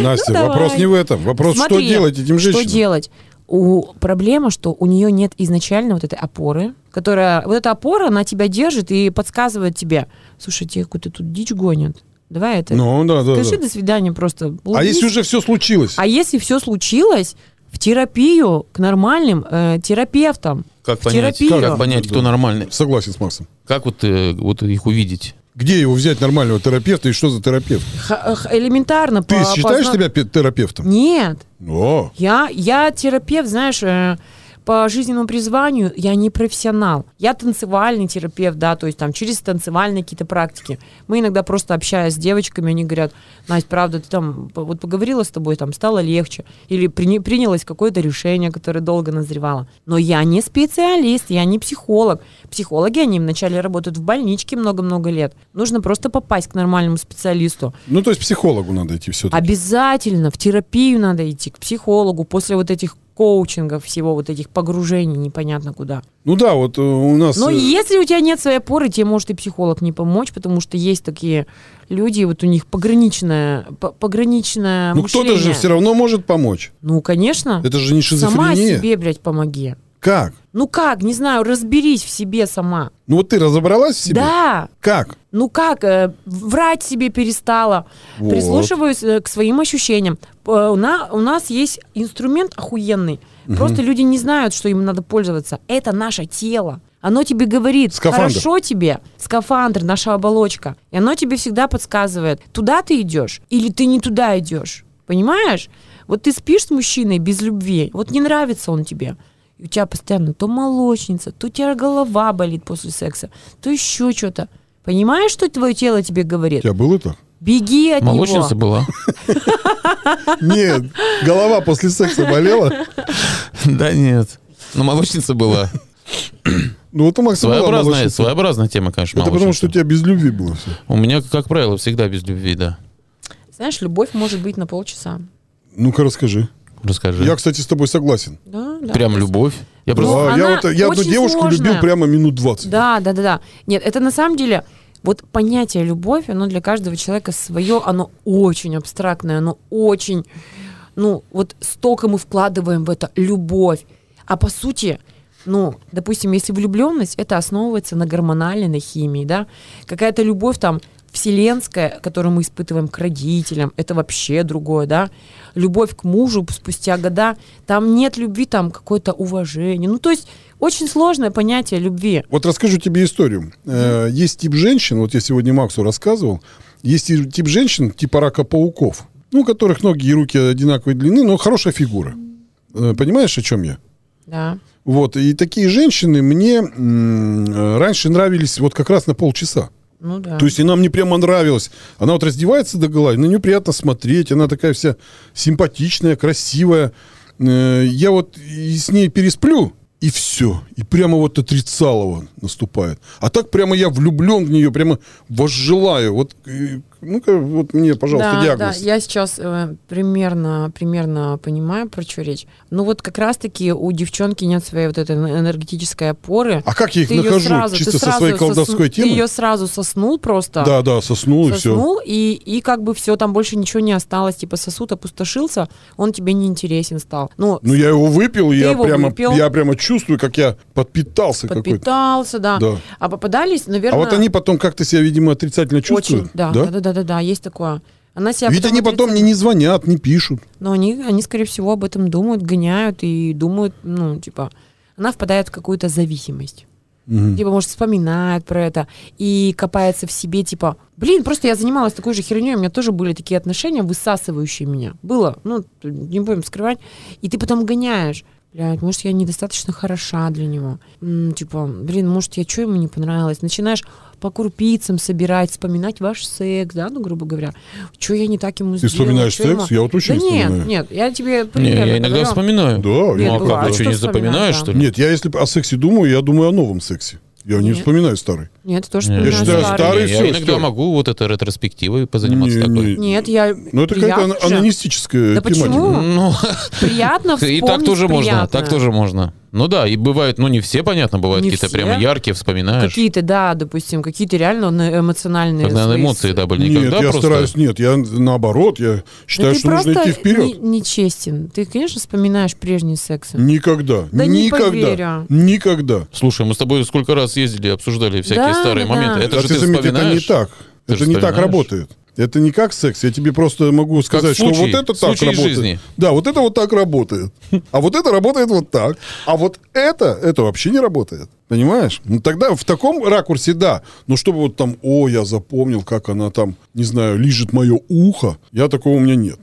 Speaker 3: Настя,
Speaker 4: давай.
Speaker 3: вопрос не в этом. Вопрос,
Speaker 4: Смотри,
Speaker 3: что делать этим женщинам?
Speaker 4: что делать? У проблема, что у нее нет изначально вот этой опоры, которая вот эта опора, она тебя держит и подсказывает тебе, слушай, тебе какую-то тут дичь гонят. Давай это.
Speaker 3: Ну, да, да, да.
Speaker 4: Скажи до свидания просто.
Speaker 3: А
Speaker 4: Улыбнись.
Speaker 3: если уже все случилось?
Speaker 4: А если все случилось, в терапию к нормальным э, терапевтам.
Speaker 2: Как
Speaker 4: В
Speaker 2: понять,
Speaker 4: терапию.
Speaker 2: как понять, кто нормальный?
Speaker 3: Согласен с Максом.
Speaker 2: Как вот, э, вот их увидеть?
Speaker 3: Где его взять нормального терапевта и что за терапевт?
Speaker 4: Х- х- элементарно.
Speaker 3: Ты
Speaker 4: по-
Speaker 3: считаешь
Speaker 4: А, позна-
Speaker 3: себя пе- терапевтом?
Speaker 4: Нет,
Speaker 3: О,
Speaker 4: я я терапевт, знаешь, э, по жизненному призванию я не профессионал. Я танцевальный терапевт, да, то есть там через танцевальные какие-то практики. Мы иногда просто общаясь с девочками, они говорят, Настя, правда, ты там п- вот поговорила с тобой, там стало легче. Или приня- принялось какое-то решение, которое долго назревало. Но я не специалист, я не психолог. Психологи, они вначале работают в больничке много-много лет. Нужно просто попасть к нормальному специалисту.
Speaker 3: Ну, то есть психологу надо идти все-таки.
Speaker 4: Обязательно в терапию надо идти, к психологу, после вот этих коучингов, всего вот этих погружений непонятно куда.
Speaker 3: Ну да, вот э, у нас...
Speaker 4: Но
Speaker 3: э,
Speaker 4: если у тебя нет своей опоры, тебе может и психолог не помочь, потому что есть такие люди, вот у них пограничное, по- пограничное
Speaker 3: ну кто-то
Speaker 4: мышление.
Speaker 3: же все равно может помочь.
Speaker 4: Ну, конечно.
Speaker 3: Это же не
Speaker 4: Сама
Speaker 3: шизофрения.
Speaker 4: себе, блядь, помоги.
Speaker 3: Как?
Speaker 4: Ну как, не знаю, разберись в себе сама.
Speaker 3: Ну вот ты разобралась в себе?
Speaker 4: Да,
Speaker 3: Как?
Speaker 4: ну как, э, врать себе перестала,
Speaker 3: Вот.
Speaker 4: прислушиваюсь э, к своим ощущениям. П- э, У, на- у нас есть инструмент охуенный, просто люди не знают, что им надо пользоваться. Это наше тело. Оно тебе говорит,
Speaker 3: Скафандр.
Speaker 4: хорошо тебе, скафандр, наша оболочка. И оно тебе всегда подсказывает, туда ты идешь или ты не туда идешь. Понимаешь? Вот ты спишь с мужчиной без любви, вот не нравится он тебе. И у тебя постоянно то молочница, то у тебя голова болит после секса, то еще что-то. Понимаешь, что твое тело тебе
Speaker 3: У
Speaker 4: говорит?
Speaker 3: тебя было так?
Speaker 4: Беги от
Speaker 2: Молочница
Speaker 4: него.
Speaker 2: была.
Speaker 3: Нет, голова после секса болела.
Speaker 2: Да нет. Ну, молочница была.
Speaker 3: Ну вот у Макса была
Speaker 2: Своеобразная,
Speaker 3: молочница.
Speaker 2: своеобразная тема, конечно,
Speaker 3: Это потому, что
Speaker 2: молочница.
Speaker 3: у тебя без любви было все.
Speaker 2: У меня, как правило, всегда без любви, да.
Speaker 4: Знаешь, любовь может быть на полчаса.
Speaker 3: Ну-ка расскажи.
Speaker 2: Расскажи.
Speaker 3: Я, кстати, с тобой согласен.
Speaker 4: Да, да.
Speaker 2: Прям любовь. Я просто...
Speaker 3: Да, я,
Speaker 4: она
Speaker 3: вот- э, я одну
Speaker 4: очень
Speaker 3: девушку любил
Speaker 4: сложная.
Speaker 3: прямо минут 20.
Speaker 4: Да, да, да, да. Нет, это на самом деле вот понятие любовь, оно для каждого человека свое, оно очень абстрактное, оно очень, ну вот столько мы вкладываем в это любовь, а по сути, ну, допустим, если влюбленность, это основывается на гормональной на химии, да, какая-то любовь там вселенская, которую мы испытываем к родителям, это вообще другое, да, любовь к мужу спустя года, там нет любви, там какое-то уважение, ну, то есть очень сложное понятие любви.
Speaker 3: Вот расскажу тебе историю. Э, Есть тип женщин, вот я сегодня Максу рассказывал, есть и тип женщин типа рака пауков, ну, у которых ноги и руки одинаковой длины, но хорошая фигура. Э, Понимаешь, о чем я?
Speaker 4: Да.
Speaker 3: Вот, и такие женщины мне м, э, раньше нравились вот как раз на полчаса.
Speaker 4: Ну да.
Speaker 3: То есть она мне прямо нравилась. Она вот раздевается до гола, и на нее приятно смотреть. Она такая вся симпатичная, красивая. Э, Я вот и с ней пересплю, и все. И прямо вот отрицалово наступает. А так прямо я влюблен в нее, прямо возжелаю. Вот, э, ну-ка, вот мне, пожалуйста,
Speaker 4: да,
Speaker 3: диагноз.
Speaker 4: Да, я сейчас э, примерно, примерно понимаю, про что речь. Ну вот как раз-таки у девчонки нет своей вот этой энергетической опоры.
Speaker 3: А как я их
Speaker 4: Ты её
Speaker 3: нахожу?
Speaker 4: сразу-
Speaker 3: Чисто
Speaker 4: ты
Speaker 3: со
Speaker 4: сразу
Speaker 3: своей колдовской
Speaker 4: сосну-
Speaker 3: темой?
Speaker 4: Ты ее сразу соснул просто.
Speaker 3: Да, да, соснул, и все.
Speaker 4: соснул, и, и как бы все, там больше ничего не осталось. Типа сосуд опустошился, он тебе не интересен стал. Ну,
Speaker 3: Ну, я его выпил, и я,
Speaker 4: его
Speaker 3: прямо,
Speaker 4: выпил.
Speaker 3: я прямо чувствую, как я подпитался какой-то.
Speaker 4: подпитался, да.
Speaker 3: Да.
Speaker 4: А попадались,
Speaker 3: А
Speaker 4: наверное...
Speaker 3: вот они потом как-то себя, видимо, отрицательно чувствуют.
Speaker 4: очень, да, да, да, да, да, да, есть такое. Она себя
Speaker 3: Ведь они потом
Speaker 4: отрицательно-
Speaker 3: мне не звонят, не пишут.
Speaker 4: Но они, они, скорее всего, об этом думают, гоняют и думают, ну, типа, она впадает в какую-то зависимость. Типа, может, вспоминает про это и копается в себе, типа, блин, просто я занималась такой же херней, у меня тоже были такие отношения, высасывающие меня. Было, ну, не будем скрывать. И ты потом гоняешь. Блядь, может, я недостаточно хороша для него. М, типа, блин, может, я что ему не понравилась? Начинаешь по крупицам собирать, вспоминать ваш секс, да, ну, грубо говоря. Что я не так ему
Speaker 3: Ты
Speaker 4: сделала?
Speaker 3: вспоминаешь
Speaker 4: чё ему-
Speaker 3: секс? Я вот вообще
Speaker 4: да
Speaker 3: не
Speaker 4: нет,
Speaker 3: вспоминаю.
Speaker 4: нет, я тебе
Speaker 2: Не,
Speaker 4: примерно
Speaker 2: я иногда
Speaker 4: говорю.
Speaker 2: вспоминаю.
Speaker 3: Да,
Speaker 4: Нет,
Speaker 2: Ну,
Speaker 3: я-
Speaker 2: а как,
Speaker 4: бывает,
Speaker 2: ты что, не
Speaker 4: что
Speaker 2: запоминаешь,
Speaker 4: вспоминаю,
Speaker 2: что ли?
Speaker 3: Нет, я если о сексе думаю, я думаю о новом сексе. Я не
Speaker 4: Нет.
Speaker 3: вспоминаю старый.
Speaker 4: Нет, тоже
Speaker 2: Нет.
Speaker 3: Я
Speaker 4: вспоминаю
Speaker 3: считаю,
Speaker 4: старые.
Speaker 3: старый
Speaker 2: Не, я
Speaker 3: всё,
Speaker 2: иногда
Speaker 3: всё.
Speaker 2: могу вот это ретроспективой позаниматься
Speaker 3: Не,
Speaker 2: такой.
Speaker 3: не.
Speaker 4: Нет, я...
Speaker 3: Ну, это
Speaker 4: приятно
Speaker 3: какая-то ан-
Speaker 4: же.
Speaker 3: анонистическая
Speaker 4: Да
Speaker 3: тематика.
Speaker 4: почему?
Speaker 2: Ну,
Speaker 4: Приятно
Speaker 2: и
Speaker 4: вспомнить
Speaker 2: так тоже можно,
Speaker 4: приятное.
Speaker 2: так тоже можно. Ну да, и бывают, ну не все, понятно, бывают
Speaker 4: Не
Speaker 2: какие-то
Speaker 4: все.
Speaker 2: прямо яркие, вспоминаешь.
Speaker 4: Какие-то, да, допустим, какие-то реально на- эмоциональные...
Speaker 2: Когда на
Speaker 4: свои-
Speaker 2: эмоции, да, были.
Speaker 3: Нет,
Speaker 2: Никогда
Speaker 3: я
Speaker 2: просто...
Speaker 3: стараюсь, нет, я наоборот, я
Speaker 4: Да
Speaker 3: считаю,
Speaker 4: ты
Speaker 3: что нужно
Speaker 4: просто
Speaker 3: идти вперед.
Speaker 4: не- нечестен. Ты, конечно, вспоминаешь прежний секс.
Speaker 3: Никогда,
Speaker 4: Да не
Speaker 3: никогда,
Speaker 4: поверю.
Speaker 3: никогда.
Speaker 2: Слушай, мы с тобой сколько раз ездили, обсуждали всякие
Speaker 4: Да,
Speaker 2: старые
Speaker 4: да,
Speaker 2: моменты.
Speaker 4: да.
Speaker 2: Это
Speaker 3: А
Speaker 2: же
Speaker 3: ты
Speaker 2: ты
Speaker 3: заметь, это не
Speaker 2: вспоминаешь.
Speaker 3: так.
Speaker 2: Ты
Speaker 3: это
Speaker 2: же
Speaker 3: не так
Speaker 2: вспоминаешь.
Speaker 3: работает. Это не как секс. Я тебе просто могу сказать, что
Speaker 2: случай,
Speaker 3: вот это так
Speaker 2: случай из
Speaker 3: работает.
Speaker 2: жизни.
Speaker 3: Да, вот это вот так работает. А вот это работает вот так. А вот это, это вообще не работает. Понимаешь? Ну тогда в таком ракурсе да. Но чтобы вот там, о, я запомнил, как она там, не знаю, лижет мое ухо, я такого у меня нет.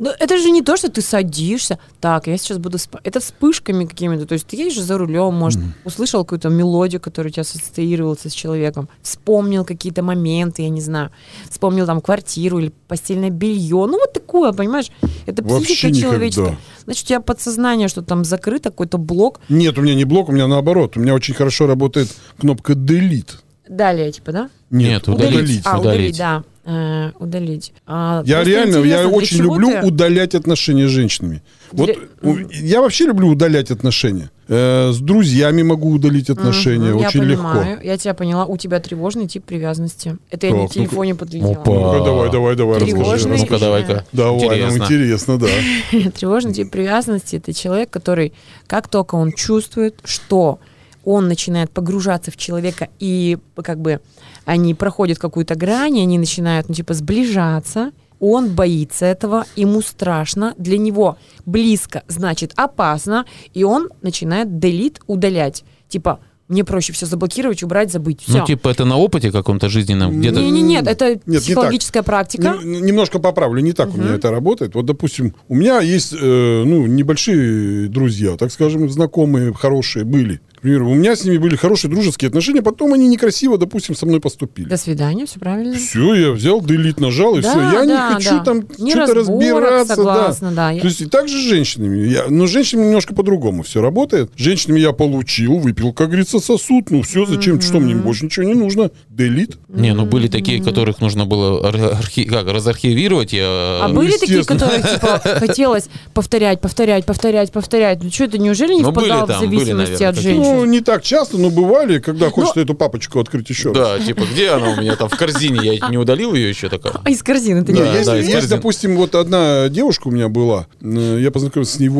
Speaker 4: Но это же не то, что ты садишься. Так, я сейчас буду спать. Это вспышками какими-то. То есть ты едешь за рулем, может, услышал какую-то мелодию, которая у тебя ассоциировалась с человеком, вспомнил какие-то моменты, я не знаю, вспомнил там квартиру или постельное белье. Ну, вот такое, понимаешь? Это
Speaker 3: Вообще
Speaker 4: психика
Speaker 3: никогда.
Speaker 4: человеческая. Значит, у тебя подсознание, что там закрыто, какой-то блок.
Speaker 3: Нет, у меня не блок, у меня наоборот. У меня очень хорошо работает кнопка Delete.
Speaker 4: Далее, типа, да?
Speaker 2: Нет, удалить.
Speaker 3: удалить.
Speaker 4: А, удалить,
Speaker 2: Удалить.
Speaker 4: да. Э, удалить. А,
Speaker 3: Я
Speaker 4: просто
Speaker 3: реально, я
Speaker 4: интересно, для
Speaker 3: очень
Speaker 4: чего
Speaker 3: люблю
Speaker 4: ты-
Speaker 3: удалять отношения с женщинами. Вот
Speaker 4: Для-
Speaker 3: у- я вообще люблю удалять отношения. Э, с друзьями могу удалить отношения
Speaker 4: Мгм,
Speaker 3: очень
Speaker 4: я
Speaker 3: легко.
Speaker 4: понимаю, Я тебя поняла. У тебя тревожный тип привязанности. Это
Speaker 3: Так,
Speaker 4: я не в
Speaker 3: ну-ка.
Speaker 4: телефоне подглядела.
Speaker 2: Опа.
Speaker 3: Ну-ка, давай, давай, давай, расскажи.
Speaker 4: Тревожный.
Speaker 3: расскажи.
Speaker 2: Ну-ка, давай-ка.
Speaker 3: Давай, нам
Speaker 2: Интересно.
Speaker 3: интересно, да.
Speaker 4: Тревожный тип привязанности это человек, который, как только он чувствует, что он начинает погружаться в человека, и как бы они проходят какую-то грань, и они начинают, ну, типа, сближаться. Он боится этого, ему страшно, для него близко, значит, опасно, и он начинает делит, удалять. Типа, мне проще все заблокировать, убрать, забыть. Все.
Speaker 2: Ну, типа, это на опыте каком-то жизненном, где-то...
Speaker 4: Не, не, нет, это
Speaker 3: не так.
Speaker 4: психологическая практика.
Speaker 3: Нем- Немножко поправлю, не так у меня это работает. Вот, допустим, у меня есть э, ну, небольшие друзья, так скажем, знакомые, хорошие были. К примеру, у меня с ними были хорошие дружеские отношения, потом они некрасиво, допустим, со мной поступили.
Speaker 4: До свидания, все правильно.
Speaker 3: Все, я взял, делит нажал, и
Speaker 4: Да,
Speaker 3: все. Я
Speaker 4: да,
Speaker 3: не хочу
Speaker 4: да.
Speaker 3: там
Speaker 4: Не
Speaker 3: что-то
Speaker 4: разборок,
Speaker 3: разбираться.
Speaker 4: согласна, да. Я-
Speaker 3: То есть и так же с женщинами. Я, но с женщинами немножко по-другому все работает. С женщинами я получил, выпил, как говорится, сосуд. Ну все, зачем, что мне больше ничего не нужно. Делит.
Speaker 4: М-м-м.
Speaker 2: Не, ну были такие, которых нужно было ар- архи- как, разархивировать. Я...
Speaker 4: А
Speaker 3: ну,
Speaker 4: были такие,
Speaker 3: естественно.
Speaker 4: которых типа, хотелось повторять, повторять, повторять, повторять? Ну что это, неужели не
Speaker 2: Ну, были
Speaker 4: впадал в
Speaker 2: там, были,
Speaker 4: зависимости
Speaker 2: наверное,
Speaker 4: от
Speaker 2: такие.
Speaker 3: Ну,
Speaker 4: женщин? Ну,
Speaker 3: не так часто, но бывали, когда хочется эту папочку открыть еще раз.
Speaker 2: Да, типа, где она у меня там в корзине? Я не удалил ее еще такая.
Speaker 4: А из корзины ты
Speaker 3: Не,
Speaker 4: не
Speaker 2: Да,
Speaker 3: Ну, есть,
Speaker 2: да, из
Speaker 3: есть,
Speaker 2: корзин.
Speaker 3: допустим, вот одна девушка у меня была, э, я познакомился с ней в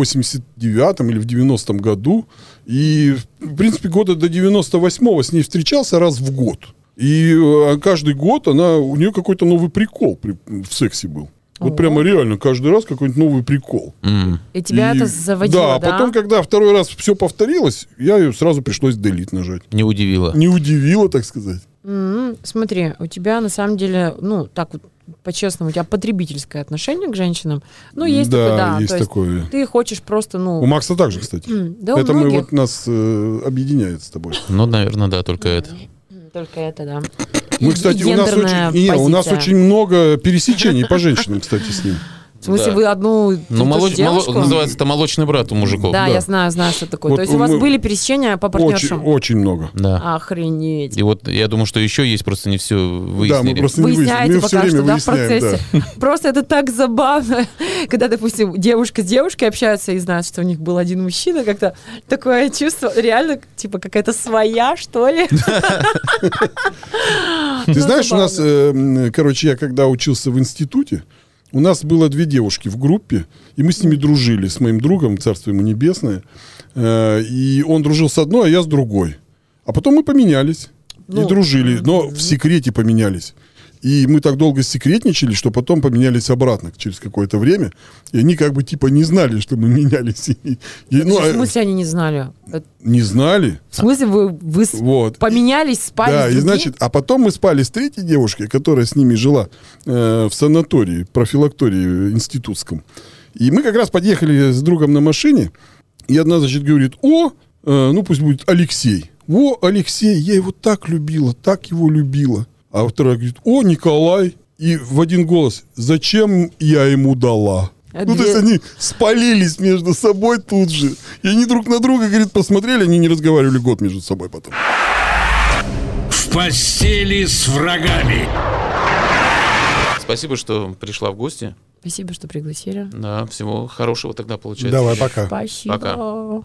Speaker 3: 89-м или в 90-м году, и, в принципе, года до 98-го с ней встречался раз в год. И э, каждый год она, у нее какой-то новый прикол при- в сексе был. Вот
Speaker 4: О.
Speaker 3: прямо реально, каждый раз какой-нибудь новый прикол.
Speaker 2: М.
Speaker 4: И тебя
Speaker 3: И-
Speaker 4: это заводило, да?
Speaker 3: Да, а потом, когда второй раз все повторилось, я ее сразу пришлось делить нажать.
Speaker 2: Не удивило.
Speaker 3: Не удивило, так сказать.
Speaker 4: М, М-м, Смотри, у тебя на самом деле, ну, так вот, по-честному, у тебя потребительское отношение к женщинам. Ну, есть
Speaker 3: да,
Speaker 4: такое, да.
Speaker 3: есть
Speaker 4: то есть
Speaker 3: такое.
Speaker 4: Ты хочешь просто,
Speaker 3: У
Speaker 4: ну...
Speaker 3: Макса также, кстати.
Speaker 4: м, Да, у
Speaker 3: это мы
Speaker 4: многих.
Speaker 3: вот нас э, объединяет с тобой.
Speaker 2: Ну, наверное, да, только это.
Speaker 4: М, Только это, да.
Speaker 3: Мы,
Speaker 4: И-
Speaker 3: кстати,
Speaker 4: и
Speaker 3: у нас
Speaker 4: гендерная
Speaker 3: очень, не, у нас
Speaker 4: позиция.
Speaker 3: очень много пересечений по женщинам, кстати, с ним.
Speaker 4: В смысле,
Speaker 2: Да.
Speaker 4: вы одну и ту
Speaker 2: Ну,
Speaker 4: же
Speaker 2: молоч- мало-
Speaker 4: девушку?
Speaker 2: называется это молочный брат у мужиков.
Speaker 4: Да,
Speaker 3: да.
Speaker 4: я знаю, знаю, что такое.
Speaker 3: Вот
Speaker 4: То есть у вас
Speaker 3: мы-
Speaker 4: были пересечения по
Speaker 3: Очень,
Speaker 4: партнершам?
Speaker 3: очень много.
Speaker 4: А.
Speaker 2: Да.
Speaker 4: Охренеть.
Speaker 2: И вот я думаю, что еще есть, просто не все
Speaker 3: Да, мы
Speaker 2: выяснили.
Speaker 3: просто не выяснили.
Speaker 4: Выясняете
Speaker 3: Мы все
Speaker 4: пока что,
Speaker 3: время
Speaker 4: да, в
Speaker 3: выясняем,
Speaker 4: процессе.
Speaker 3: да.
Speaker 4: Просто это так забавно, когда, допустим, девушка с девушкой общаются и знают, что у них был один мужчина, как-то такое чувство, реально, типа, какая-то своя, что ли.
Speaker 3: Ты
Speaker 4: Ну,
Speaker 3: знаешь, у нас, э, м, короче, я когда учился в институте, у нас было две девушки в группе, и мы с ними дружили, с моим другом, царство ему небесное. Э, И он дружил с одной, а я с другой. А потом мы поменялись
Speaker 4: Ну,
Speaker 3: и дружили, но в секрете поменялись. И мы так долго секретничали, что потом поменялись обратно через какое-то время. И они как бы типа не знали, что мы менялись. И- и- ну,
Speaker 4: В
Speaker 3: э,
Speaker 4: смысле, они не знали? Э,
Speaker 3: не знали.
Speaker 4: В смысле, вы, вы с-
Speaker 3: Вот.
Speaker 4: поменялись, спали
Speaker 3: Да,
Speaker 4: с
Speaker 3: и
Speaker 4: другим?
Speaker 3: значит, а потом мы спали с третьей девушкой, которая с ними жила э, в санатории, профилактории институтском. И мы как раз подъехали с другом на машине, и одна, значит, говорит, о, э, ну пусть будет Алексей. О, Алексей, я его так любила, так его любила. А вторая говорит, о, Николай. И в один голос, зачем я ему дала?
Speaker 4: А
Speaker 3: Ну, то
Speaker 4: две-
Speaker 3: есть они спалились между собой тут же. И они друг на друга, говорит, посмотрели, они не разговаривали год между собой потом.
Speaker 1: В постели с врагами.
Speaker 2: Спасибо, что пришла в гости.
Speaker 4: Спасибо, что пригласили.
Speaker 2: Да, всего хорошего тогда получается.
Speaker 3: Давай, пока.
Speaker 4: Спасибо.
Speaker 2: Пока.